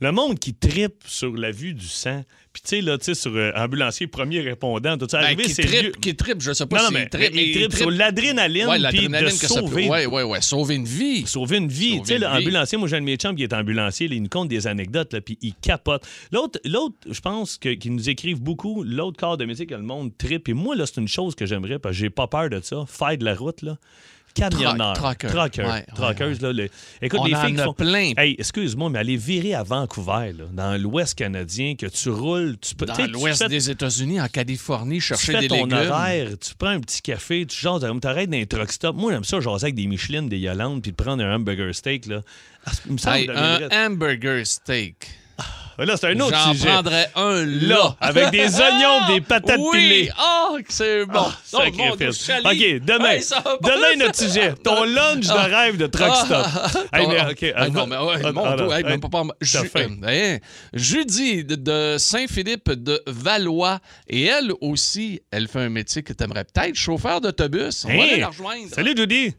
S2: Le monde qui tripe sur la vue du sang, puis tu sais, là, tu sais, sur euh, ambulancier, premier répondant, tout ça,
S1: Ben,
S2: arrivé,
S1: qui
S2: c'est lieu-
S1: trippe, qui trippe, je sais pas
S2: Non, non,
S1: si
S2: mais
S1: il trippe,
S2: il trippe sur l'adrénaline,
S1: Ouais,
S2: puis
S1: l'adrénaline
S2: de
S1: que ça peut.
S2: sauver.
S1: Ouais, ouais, ouais, sauver une vie.
S2: sauver une vie.
S1: Sauver
S2: Tu sais,
S1: une
S2: là,
S1: vie.
S2: ambulancier, moi, j'ai un de mes chums qui est ambulancier, là, il nous compte des anecdotes, là, puis il capote. L'autre, l'autre, je pense que, qu'ils nous écrivent beaucoup, l'autre corps de métier que le monde tripe. Et moi, là, c'est une chose que j'aimerais, parce que j'ai pas peur de ça, faire de la route, là. camionneurs.
S1: Truck- trucker.
S2: Truckers.
S1: Ouais, ouais,
S2: Truckers, là, les- Écoute,
S1: On
S2: les
S1: en
S2: filles qui
S1: a
S2: font-
S1: plein.
S2: Hey, excuse-moi, mais aller virer à Vancouver, là, dans l'Ouest canadien, que tu roules, tu peux. tu sais,
S1: Dans
S2: tu
S1: l'ouest
S2: fais-
S1: des États-Unis, en Californie,
S2: tu
S1: chercher
S2: fais
S1: des
S2: ton
S1: légumes.
S2: horaire, tu prends un petit café, tu jases, tu t'arrêtes dans les truck stops. Moi, j'aime ça jaser avec des Michelin, des Yolande, puis de prendre un hamburger steak. Là, Ah, il me semble
S1: Hey,
S2: que je
S1: un
S2: deviendrais-
S1: hamburger steak.
S2: Là, c'est un autre
S1: J'en
S2: sujet.
S1: prendrais un là.
S2: Là, avec des oignons, des patates
S1: oui.
S2: pilées.
S1: Ah, que c'est bon. Oh,
S2: Ah, sacrifice. OK, demain. demain, notre sujet. Ton lunch
S1: Ah.
S2: de rêve de truck stop. Hey, mais, OK,
S1: Ah, non,
S2: ah,
S1: mais ouais,
S2: ah,
S1: mon
S2: ah,
S1: Dieu,
S2: ah,
S1: hey, même pas
S2: ah,
S1: par- Ju-
S2: t'as faim.
S1: euh, hey, Judy de- de Saint-Philippe de Valois, et elle aussi, elle fait un métier que t'aimerais peut-être, chauffeur d'autobus. On va aller
S2: Hey.
S1: la rejoindre.
S2: Hein? Salut, Judy.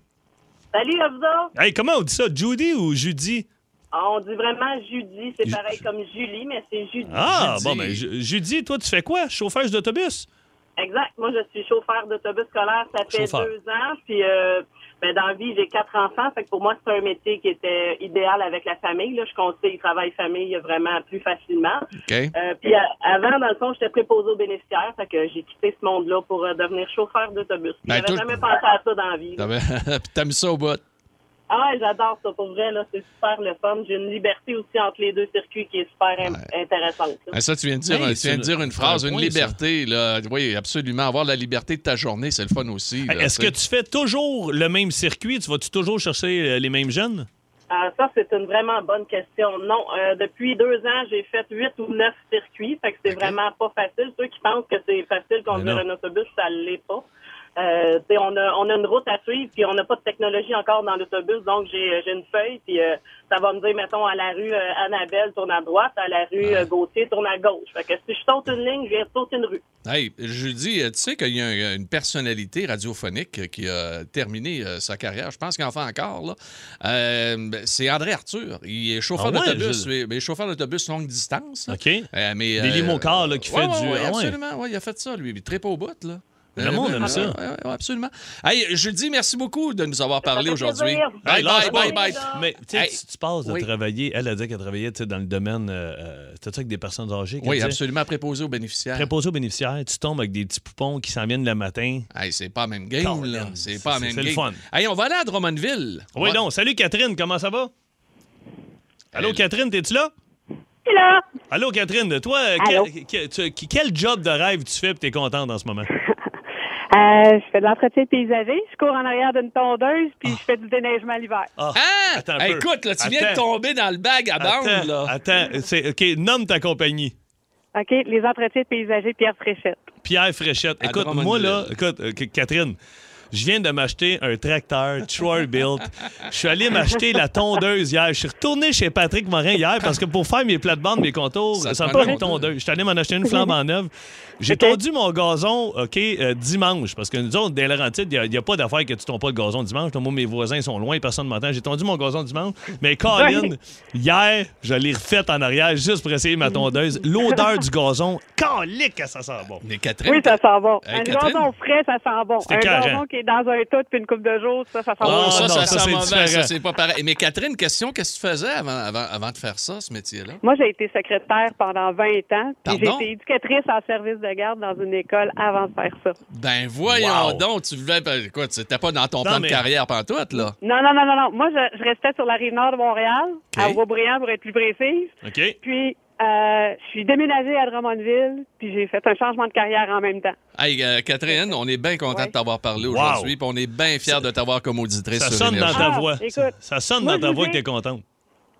S9: Salut, à vous autres.
S2: Hey, comment on dit ça? Judy ou Judy?
S9: Ah, On dit vraiment Judy. C'est
S2: Ju-
S9: pareil comme Julie, mais c'est Judy.
S2: Ah,
S1: Judy.
S2: bon, ben, Ju- Judy, toi, tu fais quoi? Chauffeur d'autobus?
S9: Exact. Moi, je suis chauffeur d'autobus scolaire. Ça fait
S2: Chauffeur.
S9: deux ans. Puis, euh, ben, dans la vie, j'ai quatre enfants. Fait que pour moi, c'est un métier qui était idéal avec la famille. Là, je conseille travail famille vraiment plus facilement.
S1: OK.
S9: Euh, puis à- avant, dans le fond, j'étais préposée aux bénéficiaires. Fait que j'ai quitté ce monde-là pour euh, devenir chauffeur d'autobus. Puis
S1: Ben,
S9: J'avais
S1: toi-
S9: jamais pensé à ça dans la vie. là.
S1: T'avais- T'as mis ça au bout.
S9: Ah ouais, j'adore ça. Pour vrai, là, c'est super le fun. J'ai une liberté aussi entre les deux circuits qui est super im- intéressante. là.
S1: Ah, Ça, tu viens de dire,
S2: Hey,
S1: tu viens de
S2: c'est
S1: dire une
S2: un
S1: phrase, une
S2: point, ça.
S1: liberté. Là. Oui, absolument. Avoir la liberté de ta journée, c'est le fun aussi.
S2: Hey,
S1: là,
S2: Est-ce
S1: tu
S2: que
S1: sais.
S2: tu fais toujours le même circuit? Tu vas-tu toujours chercher euh, les mêmes jeunes?
S9: Ah, ça, c'est une vraiment bonne question. Non, euh, depuis deux ans, j'ai fait huit ou neuf circuits, fait que c'est vraiment pas facile. Ceux qui pensent que c'est facile conduire
S2: Mais
S9: un autobus, ça l'est pas. Euh, tu sais, on, a, on a une route à suivre, puis on n'a pas de technologie encore dans l'autobus, donc j'ai j'ai une feuille, puis euh, ça va me dire, mettons, à la rue euh, Annabelle, tourne à droite, à la rue euh, Gauthier, tourne à gauche. Fait que si je saute une ligne, je saute une rue.
S1: Hey, Judy, euh, tu sais qu'il y a un- une personnalité radiophonique euh, qui a terminé euh, sa carrière. Je pense qu'il en fait encore. là. Euh, ben, c'est André Arthur. Il est chauffeur
S2: Ah ouais,
S1: d'autobus,
S2: je-
S1: mais, mais chauffeur d'autobus longue distance. là.
S2: OK.
S1: Euh, mais,
S2: Des limoncars, là, qui
S1: ouais,
S2: fait
S1: ouais,
S2: du-
S1: ouais,
S2: ah ouais.
S1: absolument, ouais, il a fait ça, lui. Il est très pas au bout, là. Euh,
S2: Le monde aime ça.
S1: ouais, ouais, ouais, absolument. Hey, Judy, merci beaucoup de nous avoir parlé
S9: fait
S1: aujourd'hui.
S9: plaisir.
S1: Bye, bye,
S2: Hey, lâche
S1: bye,
S2: pas.
S1: bye.
S2: Mais tu sais,
S1: Hey.
S2: tu, tu passes de
S1: Oui.
S2: travailler, elle a dit qu'elle travaillait tu sais, dans le domaine, euh, euh, c'était ça avec des personnes âgées? qu'elle
S1: Oui,
S2: disait?
S1: absolument, préposé aux bénéficiaires.
S2: Préposé aux bénéficiaires, tu tombes avec des petits poupons qui s'en viennent le matin.
S1: Hey, c'est pas la même game,
S2: Colin,
S1: là. C'est
S2: c'est-
S1: pas la
S2: c'est-
S1: même
S2: c'est
S1: game.
S2: le fun.
S1: Hey, on va aller à Drummondville.
S2: Oui,
S1: On va-
S2: non. Salut Catherine, comment ça va? Allô
S1: Elle-
S2: Catherine, t'es-tu là?
S9: là!
S2: Allô Catherine, toi, euh, quel, que- tu- qui- quel job de rêve tu fais et t'es contente en ce moment?
S9: Euh, je fais de l'entretien paysager, je cours en arrière d'une tondeuse, puis je fais du déneigement l'hiver.
S2: Ah,
S1: Ah!
S2: attends un
S1: Hey,
S2: peu.
S1: écoute, là, tu viens de
S2: Attends,
S1: tomber dans le bag à bande,
S2: Attends,
S1: là.
S2: attends, c'est- OK, nomme ta compagnie.
S9: OK, les entretiens paysagers Pierre Fréchette.
S2: Pierre Fréchette.
S1: À
S2: Écoute, moi, là, écoute, euh, K- Catherine, je viens de m'acheter un tracteur Troy Built. Je suis allé m'acheter la tondeuse hier. Je suis retourné chez Patrick Morin hier parce que pour faire mes plates-bandes, mes contours,
S1: Ça
S2: ça,
S1: te
S2: me
S1: prend
S2: prend une
S1: une
S2: tondeuse. Je suis allé m'en acheter une flambe en neuve. J'ai tondu mon gazon, OK, euh, dimanche. Parce que nous autres, des Laurentides, il n'y a, pas d'affaire que tu tondes pas le gazon dimanche. Moi, mes voisins sont loin, personne ne m'entend. J'ai tondu mon gazon dimanche. Mais Colin, hier, je l'ai refaite en arrière juste pour essayer ma tondeuse. L'odeur du gazon, calique que ça sent bon.
S1: Mais Catherine.
S9: Oui, ça sent bon.
S1: Hey,
S9: un
S1: Catherine.
S9: gazon frais, ça sent bon.
S2: C'était
S9: Un
S2: carré.
S9: gazon qui est dans un tout puis une coupe de jours, ça, ça sent
S1: Oh,
S2: Ah,
S1: ça,
S2: non,
S9: bon.
S1: ça,
S2: ça,
S1: sent
S2: c'est
S1: mauvais, ça,
S2: différent.
S1: c'est pas pareil. Mais Catherine, question, qu'est-ce que tu faisais avant, avant, avant de faire ça, ce métier-là?
S9: Moi, j'ai été secrétaire pendant 20 ans, puis j'ai
S1: Pardon?
S9: été éducatrice en service de garde dans une école avant de faire ça.
S1: Ben voyons
S2: Wow.
S1: donc, tu voulais... ben, Écoute, c'était pas dans ton plan
S2: mais-
S1: de carrière pantoute, là.
S9: Non, non, non, non, non. Moi, je, je restais sur la rive nord de Montréal, à Boisbriand pour être plus précise.
S2: OK?
S9: Puis, euh, je suis déménagée à Drummondville, puis j'ai fait un changement de carrière en même temps.
S1: Hey, euh, Catherine, on est bien content
S9: Ouais.
S1: de t'avoir parlé
S2: Wow.
S1: aujourd'hui, puis on est bien fiers de t'avoir comme auditrice
S2: Ça
S1: sur
S2: sonne dans
S1: Énergie.
S2: ta
S9: Ah,
S2: voix.
S9: écoute,
S2: ça, ça sonne
S9: moi,
S2: dans ta
S9: je
S2: voix
S9: vous
S2: que
S9: ai-
S2: t'es contente.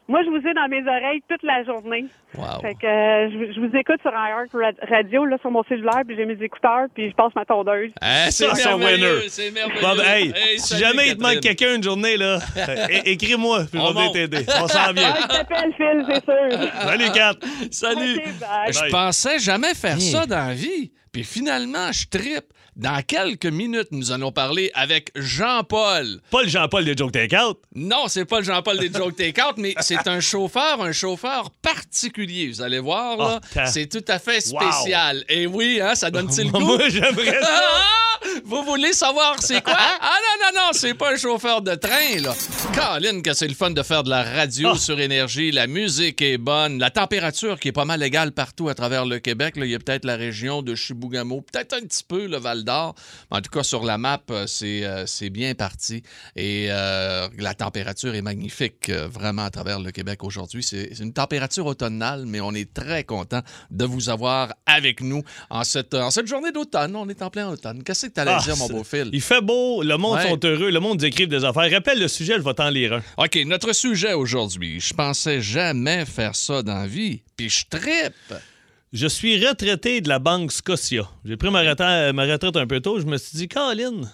S9: Moi, je vous ai dans mes oreilles toute la journée.
S1: Wow.
S9: Fait que euh, je, je vous écoute sur iHeart Ra- Radio, là, sur mon cellulaire, puis j'ai mes écouteurs, puis je passe ma tondeuse.
S1: Ah, c'est
S2: Ça, c'est un
S1: merveilleux,
S2: winner.
S1: C'est merveilleux.
S2: Bon, ben, hey, si
S1: salut,
S2: jamais il te
S1: Catherine.
S2: manque quelqu'un une journée, là, euh, é- écris-moi, puis
S1: On
S2: on va
S1: monte.
S2: t'aider. On s'en vient.
S9: Ah, je t'appelle, Phil, c'est sûr.
S2: Salut, Kat.
S1: Salut.
S9: Ok, bye.
S1: Je
S2: Bye.
S1: pensais jamais faire ça dans la vie. Puis finalement, je trippe. Dans quelques minutes, nous allons parler avec Jean-Paul.
S2: Pas le Jean-Paul de Joke Takeout.
S1: Non, c'est pas le Jean-Paul des Joke Takeout, mais c'est un chauffeur, un chauffeur particulier. Vous allez voir, là,
S2: Oh, ta-
S1: c'est tout à fait spécial. Et oui, hein, ça donne-t-il le goût?
S2: Moi, j'aimerais ça.
S1: Ah! Vous voulez savoir c'est quoi? Ah non, non, non, c'est pas un chauffeur de train, là. Caroline, que c'est le fun de faire de la radio
S2: Ah.
S1: sur énergie. La musique est bonne. La température qui est pas mal égale partout à travers le Québec. là. Il y a peut-être la région de Chibougamau, peut-être un petit peu le Val-d'Or. Mais En tout cas, sur la map, euh, c'est euh, c'est bien parti. Et euh, la température est magnifique, euh, vraiment, à travers le Québec aujourd'hui. C'est c'est une température automnale, mais on est très content de vous avoir avec nous en cette, en cette journée d'automne. On est en plein automne. Qu'est-ce que tu allais
S2: Ah,
S1: dire, mon
S2: c'est-
S1: beau Phil?
S2: Il fait beau, le monde
S1: Ouais.
S2: sont heureux, le monde écrive des affaires. Rappelle le sujet, je vais t'en lire un.
S1: OK, notre sujet aujourd'hui. Je pensais jamais faire ça dans la vie. Puis je trippe.
S2: Je suis retraité de la Banque Scotia. J'ai pris ma retraite, ma retraite un peu tôt. Je me suis dit, Caroline,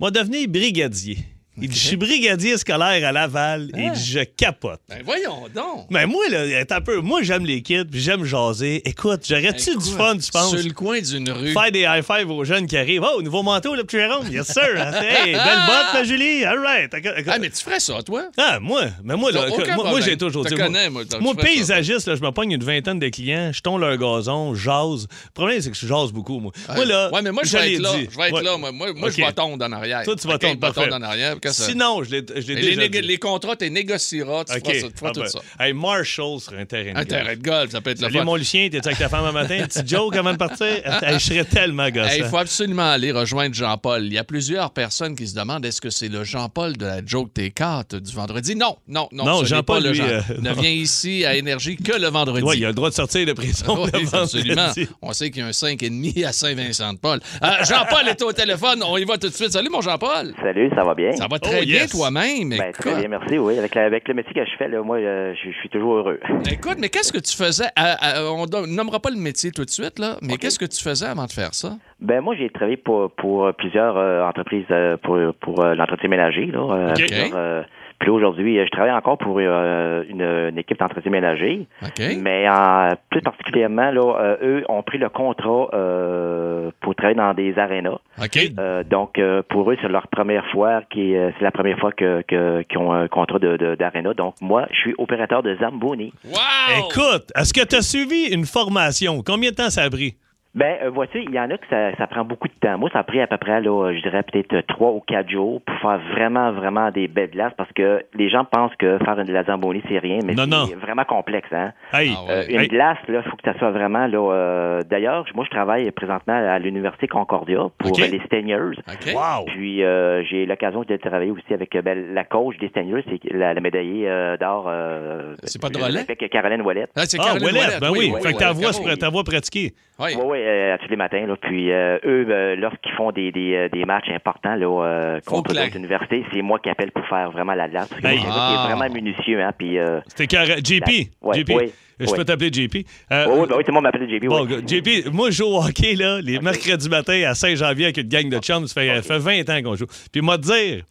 S2: moi, devenir brigadier. Il dit, je suis brigadier scolaire à Laval.
S1: Ah.
S2: Il dit, je capote.
S1: Ben voyons donc.
S2: Mais moi, là, attends un peu. Moi, j'aime les kids, puis j'aime jaser. Écoute, j'aurais-tu du fun, tu penses?
S1: Sur le coin d'une rue.
S2: Faire des high five aux jeunes qui arrivent. Oh, nouveau manteau, le petit Jérôme. Yes, sir. Hein. hey, belle botte, ma Julie. All right.
S1: Ah, mais tu ferais ça, toi?
S2: Ah, moi, mais moi, là,
S1: T'as aucun
S2: moi, moi,
S1: problème.
S2: j'ai toujours
S1: Te
S2: dit. moi-
S1: connais, moi, t'as-
S2: moi,
S1: tu fais ça.
S2: paysagiste, là, je me pogne une vingtaine de clients, je tombe leur gazon, jase. Le problème, c'est que je jase beaucoup, moi. Moi, là.
S1: ouais, mais moi, je vais
S2: l'ai
S1: être là.
S2: dit.
S1: Je vais être
S2: Ouais.
S1: là. Moi, moi, moi, je
S2: Ok.
S1: vais tomber en arrière.
S2: Toi, tu vas
S1: OK,
S2: tomber,
S1: je vais
S2: parfait.
S1: tomber en arrière. Qu'est-ce que ça-
S2: Sinon, je l'ai je l'ai
S1: Mais
S2: déjà
S1: les,
S2: dit.
S1: nég- les contrats, tu les négocieras. Tu
S2: OK.
S1: feras, ça- tu feras
S2: Ah,
S1: tout
S2: ben,
S1: ça.
S2: Hey, Marshall sur un terrain de
S1: Un
S2: golf.
S1: terrain de golf, ça peut être le
S2: Salut,
S1: fun.
S2: mon Lucien, t'es avec ta femme un matin? Petit joke avant de partir? Hey, je serais tellement gosse.
S1: Hey, Il
S2: hein.
S1: faut absolument aller rejoindre Jean-Paul. Il y a plusieurs personnes qui se demandent est-ce que c'est le Jean-Paul de la joke des cartes du vendredi? Non, non, non.
S2: Non,
S1: ce n'est
S2: Jean-Paul,
S1: pas le
S2: lui,
S1: Jean.
S2: euh,
S1: ne
S2: non.
S1: vient ici à Énergie que le vendredi.
S2: Ouais, il a le droit de sortir de prison.
S1: Oui,
S2: le vendredi.
S1: absolument. On sait qu'il y a un 5,5 à Saint-Vincent-de-Paul. Euh, Jean-Paul est au téléphone. On y va tout de suite. Salut, mon Jean-Paul.
S10: Salut, ça va bien?
S1: Ça va très
S2: Oh,
S1: bien
S2: yes.
S1: toi-même.
S10: Ben,
S1: Écoute,
S10: très bien, merci. Oui, avec, la- avec le métier que je fais, là, moi, euh, je je suis toujours heureux.
S1: écoute, mais qu'est-ce que tu faisais? à- à- on don- nommera pas le métier tout de suite, là, mais qu'est-ce que tu faisais avant de faire ça?
S10: Ben, moi, j'ai travaillé pour, pour plusieurs euh, entreprises euh, pour, pour euh, l'entretien ménager. Là, euh,
S2: OK.
S10: plusieurs, euh, puis là, aujourd'hui, euh, je travaille encore pour euh, une, une équipe d'entretien ménager.
S1: OK?
S10: Mais euh, plus particulièrement, là, euh, eux ont pris le contrat euh, pour travailler dans des arénas.
S1: OK?
S10: Euh, donc, euh, pour eux, c'est leur première fois, qui, euh, c'est la première fois que, que- qu'ils ont un contrat de, de- d'aréna. Donc, moi, je suis opérateur de Zamboni.
S1: Wow!
S2: Écoute, est-ce que tu as suivi une formation? Combien de temps ça a pris?
S10: Ben, euh, vois-tu, il y en a que ça, ça prend beaucoup de temps. Moi, ça a pris à peu près, là, euh, je dirais peut-être euh, trois ou quatre jours pour faire vraiment, vraiment des belles glaces parce que les gens pensent que faire une- de la zambonie, c'est rien, mais
S2: Non,
S10: c'est
S2: non.
S10: vraiment complexe, hein.
S2: Hey,
S1: Ah ouais.
S10: Euh, une
S2: Hey.
S10: glace, là, il faut que ça soit vraiment, là, euh, d'ailleurs, moi, je travaille présentement à l'Université Concordia pour
S2: OK. Oh.
S10: euh, les steigneuses.
S1: OK?
S2: wow!
S10: Puis, euh, j'ai l'occasion de travailler aussi avec euh, ben, la coach des steigneuses, c'est la, la médaillée euh, d'or. euh,
S1: C'est pas Drolet?
S2: hein?
S10: Avec Caroline Ouellet.
S1: Ah, c'est
S2: Ah,
S1: Caroline
S2: Wallet,
S1: Ouellette.
S2: ben oui.
S10: oui,
S2: Fait que ta
S10: oui,
S2: voix,
S10: oui.
S2: se- ta voix pratiquée.
S1: Oui.
S10: Oui, oui, euh, à tous les matins. Là. Puis euh, eux, euh, lorsqu'ils font des, des, euh, des matchs importants là, euh,
S1: Faut
S10: contre
S1: que la-
S10: d'autres universités, c'est moi qui appelle pour faire vraiment la glace. Parce que
S2: Hey.
S10: c'est
S1: Ah.
S10: vraiment minutieux. Hein, puis, euh,
S2: C'était carré- JP.
S10: La- ouais,
S2: JP.
S10: ouais,
S2: je peux
S10: ouais.
S2: t'appeler JP. Euh,
S10: oui, oui, ben oui, tout le monde m'appelle JB.
S2: Bon,
S10: oui.
S2: gars, JP, moi, je joue au hockey, là, les mercredis matins à Saint-Janvier avec une gang de chums. Ça fait, ça fait 20 ans qu'on joue. Puis, moi, te dire,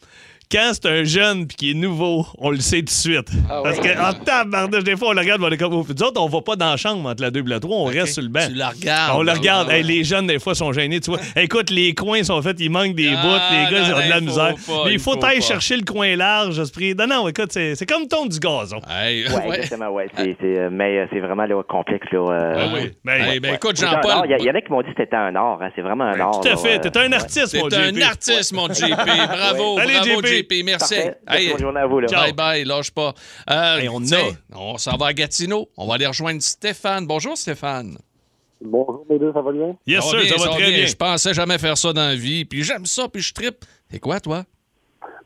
S2: quand c'est un jeune puis qui est nouveau, on le sait tout de suite.
S1: Ah
S2: Parce
S1: oui.
S2: que, en tabarnouche, des fois, on le regarde, on est comme. Nous autres, on va pas dans la chambre entre la 2 et la 3, on reste sur le banc.
S1: Tu la regardes.
S2: On le regarde.
S1: Ah,
S2: Hey, les jeunes, des fois, sont gênés. Tu vois, écoute, les coins sont faits, il manque des
S1: Ah,
S2: bouts, les gars,
S1: non,
S2: ils ont de
S1: non, il faut
S2: la misère.
S1: pas,
S2: Mais
S1: il
S2: il faut
S1: faut
S2: aller
S1: pas.
S2: chercher le coin large, à ce prix. Non, non, écoute, c'est c'est comme ton du gazon.
S1: Hey,
S10: Ouais,
S1: ouais.
S10: Exactement, ouais. C'est, c'est, euh, mais euh, c'est vraiment là, complexe. Là, euh,
S2: Ah
S1: Ah
S2: oui.
S1: oui.
S2: Ben,
S1: Eh
S2: ouais.
S1: ben, écoute,
S10: c'est un art.
S1: Jean-Paul.
S10: Il y, a- il y en a qui m'ont dit que c'était un art. Hein, c'est vraiment un art.
S2: Tout à
S10: là,
S2: fait.
S10: euh,
S2: T'es un artiste, mon
S1: C'est un
S2: JP.
S1: artiste, mon JP. Bravo,
S2: Allez,
S1: bravo,
S2: JP.
S1: JP. Merci.
S10: Parfait. Merci, bonne journée à vous, là.
S2: Ciao.
S1: Bye bye, lâche pas. Euh,
S2: Hey, on
S1: tiens,
S2: a.
S1: On s'en va à Gatineau. On va aller rejoindre Stéphane. Bonjour, Stéphane.
S4: Bonjour, mes deux, ça va bien?
S2: Yes,
S1: va
S2: sir,
S1: bien,
S2: ça va très bien.
S1: Je pensais jamais faire ça dans la vie. Puis j'aime ça, puis je trippe. C'est quoi, toi?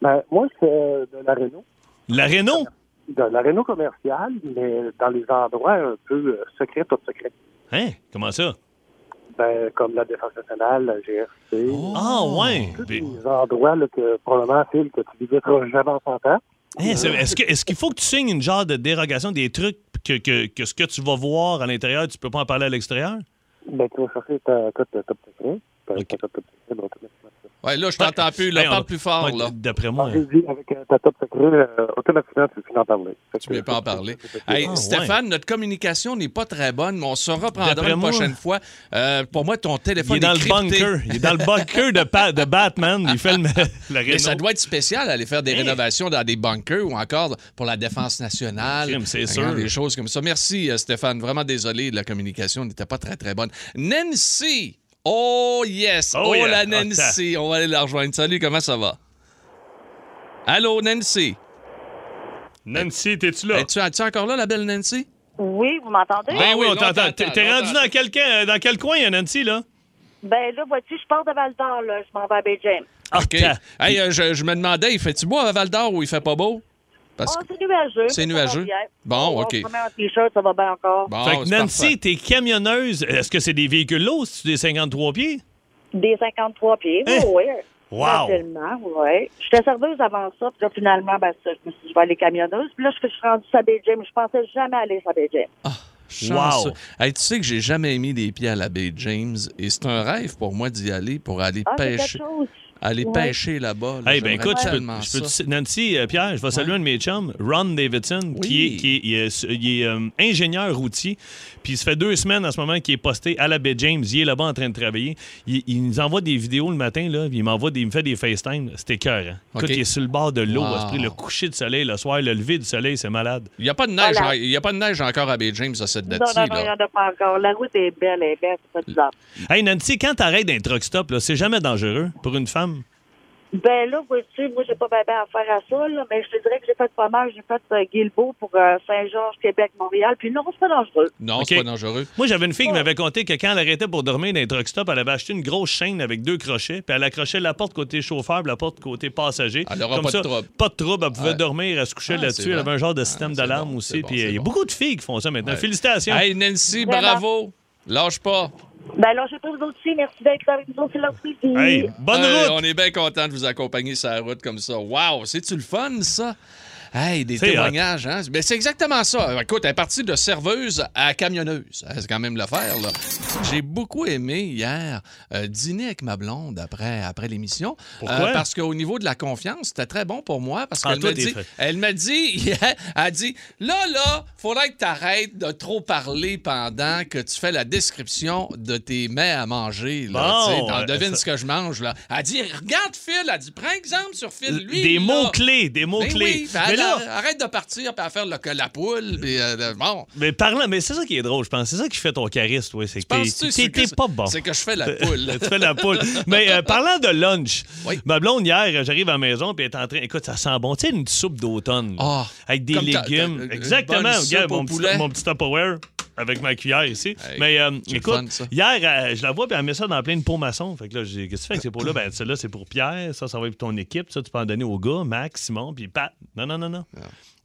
S4: Ben, moi, je fais euh, de la réno,
S2: La Renault?
S4: de la réno commerciale, mais dans les endroits un peu euh, secrets, top secrets.
S2: Hein? Comment ça?
S4: Ben, comme la Défense nationale, la GRC,
S2: Ah, ouais.
S1: Oh.
S2: Mais-
S4: des endroits là, que probablement, Phil, que tu visiteras jamais en 100 ans.
S2: hein, c'est- Est-ce que- est-ce qu'il faut que tu signes une genre de dérogation des trucs que, que, que ce que tu vas voir à l'intérieur, tu peux pas en parler à l'extérieur?
S4: Ben, tu vas chercher ta cote de top secret. Ta
S2: Ok.
S4: ta top secret, donc, automatiquement, ça.
S1: Ouais, là, je t'entends plus. Là,
S2: Hey, Ben, on-
S1: parle plus fort,
S2: ouais,
S1: Ah, là.
S2: D'après moi.
S4: J'ai dit, avec euh, ta top secret, euh, automatiquement, tu finis en parler. Fait
S1: Tu
S4: que-
S1: peux pas en parler. Hey,
S2: Ah, ouais.
S1: Stéphane, notre communication n'est pas très bonne, mais on se reprendra
S2: D'après
S1: une
S2: moi-
S1: prochaine fois. Euh, pour moi, ton
S2: Il
S1: téléphone
S2: est dans le
S1: crypté.
S2: bunker. Il est dans le bunker de, Pa- de Batman. Il fait le, la
S1: Mais ça
S2: Renault.
S1: doit être spécial aller faire des rénovations dans des bunkers ou encore pour la défense nationale.
S2: Crime, c'est
S1: Regarde,
S2: sûr.
S1: Des choses comme ça. Merci euh, Stéphane, vraiment désolé, la communication n'était pas très très bonne. Nancy Oh yes!
S2: Oh
S1: Oh,
S2: yeah.
S1: la
S2: Ah,
S1: Nancy! On va aller la rejoindre. Salut, comment ça va? Allô, Nancy?
S2: Nancy, t'es-tu là?
S1: Es-tu es-tu encore là, la belle Nancy?
S11: Oui, vous m'entendez?
S2: Ben
S1: Ah
S2: oui, on t'entend. T'es- T'es
S1: longtemps.
S2: rendu dans, quelqu'un, euh, dans quel coin, hein, Nancy, là?
S11: Ben là, vois-tu, je pars de Val d'Or, là. Je m'en vais à Baie-James.
S1: OK. Hey, euh, je, je me demandais, il fait-tu beau à Val-d'Or ou il fait pas beau? Parce
S11: Oh,
S1: que-
S11: c'est nuageux.
S1: c'est
S11: mais ça
S1: nuageux.
S11: va bien.
S1: Bon, OK.
S11: On se remet un t-shirt, ça va bien encore.
S1: Bon,
S2: fait que
S1: Ah, c'est
S2: Nancy,
S1: parfait.
S2: t'es camionneuse. Est-ce que c'est des véhicules lourds? C'est des 53 pieds?
S11: Des 53 pieds, oui,
S2: Hein?
S11: oui.
S2: Wow.
S11: Facilement, oui. J'étais serveuse avant ça, puis là, finalement, ben, ça, je me suis dit, je vais aller camionneuse. Puis là, je suis rendue à Baie-James. Je pensais jamais aller à Baie-James.
S1: Chanceux.
S2: Wow.
S1: Hey, tu sais que j'ai jamais mis les pieds à la baie James et c'est un rêve pour moi d'y aller pour aller
S11: Ah,
S2: Ben,
S11: c'est
S1: pêcher.
S11: quelque chose.
S1: Aller
S11: Ouais.
S1: pêcher là-bas. là.
S2: Eh ben
S1: J'aimerais
S2: écoute, je peux,
S1: tellement
S2: je peux te-
S1: ça.
S2: Nancy, euh, Pierre, je vais saluer un de mes chums, Ron Davidson, qui est, qui est- il est- il est, euh, ingénieur routier. Puis ça fait deux semaines en ce moment qu'il est posté à la baie James. Il est là-bas en train de travailler. Il, il nous envoie des vidéos le matin, là, puis il m'envoie des, il me fait des FaceTime. C'était cœur.
S1: OK.
S2: Écoute, il est sur le bord de l'eau,
S1: Wow.
S2: à ce prix, le coucher de soleil, le soir, le lever du soleil, c'est malade.
S1: Il n'y a, pas de neige,
S11: Voilà.
S1: hein, il y a pas de neige encore à baie James à cette
S11: Non,
S1: date-ci.
S11: non, non, il n'y
S1: là.
S11: en a pas encore. La route est belle, elle est belle, c'est pas bizarre.
S2: Hey Nancy, quand t'arrêtes d'un truck stop, là, c'est jamais dangereux pour une femme.
S11: Ben là, vois-tu, moi, j'ai pas bien à faire à ça, là, mais je te dirais que j'ai fait pas mal. J'ai fait euh, Guilbeault pour euh, Saint-Georges, Québec, Montréal. Puis non, c'est pas dangereux.
S1: Non,
S2: OK.
S1: c'est pas dangereux.
S2: Moi, j'avais une fille qui m'avait conté que quand elle arrêtait pour dormir dans un truck stop, elle avait acheté une grosse chaîne avec deux crochets, puis elle accrochait la porte côté chauffeur, puis la porte côté passager.
S1: Elle aura
S2: Comme
S1: pas de
S2: ça,
S1: trouble.
S2: Pas de trouble, elle pouvait
S1: Ouais.
S2: dormir, elle se couchait
S1: Ah, c'est
S2: là-dessus. Elle
S1: vrai.
S2: avait un genre de système
S1: c'est
S2: d'alarme
S1: bon,
S2: aussi,
S1: c'est bon,
S2: puis euh,
S1: c'est
S2: il y a
S1: bon.
S2: beaucoup de filles qui font ça maintenant.
S1: Ouais.
S2: Félicitations.
S1: Hey Nancy,
S11: Vraiment.
S1: bravo. Lâche pas.
S11: Ben alors, je sais pas vous autres aussi. Merci d'être avec nous autres. C'est leur plaisir.
S2: Hey, bonne
S1: Hey,
S2: route!
S1: Euh, On est bien content de vous accompagner sur la route comme ça. Wow, c'est-tu le fun, ça? Hey, des
S2: C'est
S1: témoignages, hein? Ben, c'est exactement ça. Écoute, elle est partie de serveuse à camionneuse. Hein, C'est quand même l'affaire, là. J'ai beaucoup aimé hier euh, dîner avec ma blonde après, après l'émission. Euh,
S2: Pourquoi?
S1: parce qu'au niveau de la confiance, c'était très bon pour moi. Parce
S2: Ah,
S1: qu'elle
S2: toi,
S1: m'a
S2: t'es
S1: dit,
S2: fait.
S1: elle m'a dit, elle a dit, là, là, faudrait que tu arrêtes de trop parler pendant que tu fais la description de tes mets à manger. Là,
S2: Bon,
S1: tu sais, dans
S2: euh,
S1: devine
S2: ça-
S1: ce que je mange là. Elle dit regarde Phil, elle dit prends exemple sur Phil lui.
S2: des
S1: là.
S2: mots-clés, des
S1: Ben
S2: mots-clés.
S1: oui, ben
S2: mais
S1: elle,
S2: là,
S1: elle, arrête de partir puis à faire le, que la poule puis euh, le- bon.
S2: mais parlant, mais c'est ça qui est drôle, je pense. C'est ça qui fait ton charisme, toi. C'est que t'es-
S1: Penses-tu,
S2: t'es
S1: c'est
S2: t'es
S1: que-
S2: pas bon.
S1: C'est que je fais la poule.
S2: tu fais la poule. Mais euh, parlant de lunch,
S1: Oui.
S2: ma blonde, hier, euh, j'arrive à la maison, puis elle est en train. Écoute, ça sent bon. Tu sais, une soupe d'automne. là,
S1: Ah,
S2: avec des
S1: comme ta- ta-
S2: légumes.
S1: une bonne
S2: Exactement.
S1: soupe
S2: Regarde,
S1: au
S2: mon, petit,
S1: poulet.
S2: mon petit Tupperware avec ma cuillère ici.
S1: Hey,
S2: Mais euh,
S1: c'est le
S2: écoute,
S1: fun, ça.
S2: hier, euh, je la vois, puis elle met ça dans plein de pots maçons. Fait que là, je dis, qu'est-ce que tu fais avec ces pots-là? Ben, celle-là, c'est pour Pierre. Ça, ça va être pour ton équipe. Ça, tu peux en donner au gars, Max, Simon, puis Pat. Non, non, non, non.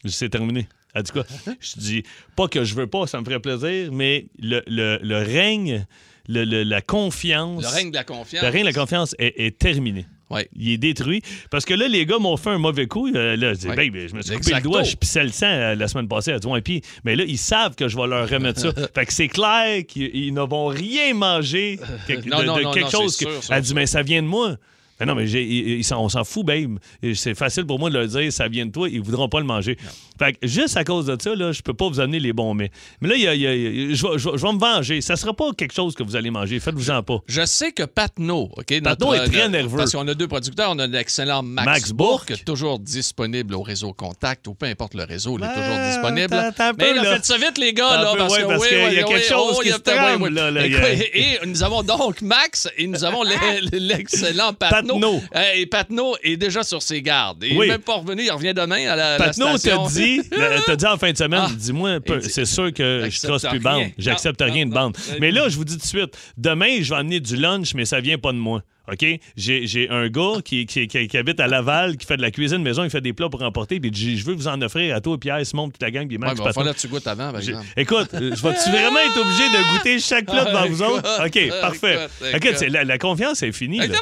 S2: Je dis, C'est terminé. Elle dit quoi? Je dis, pas que je veux pas, ça me ferait plaisir, mais le, le- le règne, le- le- la confiance.
S1: le règne de la confiance.
S2: Le règne de la confiance est, est terminé.
S1: Ouais.
S2: Il est détruit. Parce que là, les gars m'ont fait un mauvais coup. Euh, là, je dis,
S1: Ouais.
S2: ben, ben, je me suis coupé le
S1: Exacto.
S2: doigt, je pissais le sang euh, la semaine passée. Elle dit, ouais, puis. Mais là, ils savent que je vais leur remettre ça. fait que c'est clair qu'ils ils ne vont rien manger que-
S1: Non,
S2: de,
S1: non,
S2: de
S1: non,
S2: quelque
S1: non,
S2: chose.
S1: c'est
S2: que-
S1: sûr, ça,
S2: Elle dit, mais ça vient de moi. Mais non, mais j'ai- ils- ils s'en- on s'en fout, babe. Et C'est facile pour moi de leur dire, ça vient de toi, ils voudront pas le manger. Fait que juste à cause de ça, là, je peux pas vous amener les bons mets. Mais là, il y a- il y a- il y a- je vais- je vais je vais me venger. Ça sera pas quelque chose que vous allez manger. Faites-vous-en pas.
S1: Je sais que Patno, OK,
S2: Patnaud est très
S1: euh,
S2: nerveux.
S1: Parce qu'on a deux producteurs, on a l'excellent Max,
S2: Max
S1: Bourque,
S2: Bourque.
S1: toujours disponible au réseau Contact ou peu importe le réseau, il est
S2: Ben,
S1: toujours disponible.
S2: attends, attends un
S1: Mais
S2: peu,
S1: là,
S2: là.
S1: faites ça vite les
S2: Attends
S1: gars
S2: un
S1: là
S2: peu,
S1: parce
S2: ouais,
S1: que
S2: parce
S1: oui,
S2: qu'il y a
S1: oui,
S2: quelque
S1: oui,
S2: chose
S1: oh,
S2: qui
S1: il y a
S2: se
S1: peut-être-
S2: trame,
S1: oui, oui.
S2: là, là, il y a-
S1: Écoute, et, et nous avons donc Max et nous avons le- l'excellent Patno.
S2: Patnaud.
S1: Euh, Et Patno est déjà sur ses gardes. Il
S2: Oui.
S1: est même pas revenu, il revient demain à la, la
S2: Patnaud
S1: station.
S2: t'a dit, le- t'a dit en fin de semaine,
S1: Ah.
S2: dis-moi un
S1: Il
S2: peu,
S1: dit,
S2: c'est sûr que je
S1: j'accepte
S2: trosse plus
S1: rien.
S2: bande. J'accepte
S1: Non,
S2: rien de
S1: non,
S2: bande.
S1: non.
S2: Mais là, je vous dis tout de suite, demain, je vais amener du lunch, mais ça vient pas de moi. OK? J'ai j'ai un gars qui, qui- qui- qui habite à Laval, qui fait de la cuisine maison, il fait des plats pour emporter, puis il dit, je veux vous en offrir à toi, Pierre, Simon, toute la gang, puis
S1: Ouais,
S2: Max,
S1: mais va
S2: Patnaud.
S1: falloir que tu goûtes avant, par
S2: J'ai-
S1: exemple.
S2: Écoute, euh, je vais-tu vraiment être obligé de goûter chaque plat devant
S1: Ah,
S2: vous autres?
S1: écoute,
S2: OK, parfait.
S1: écoute,
S2: OK,
S1: écoute.
S2: c'est- la, la confiance est finie.
S1: Hey,
S2: là.
S1: Euh,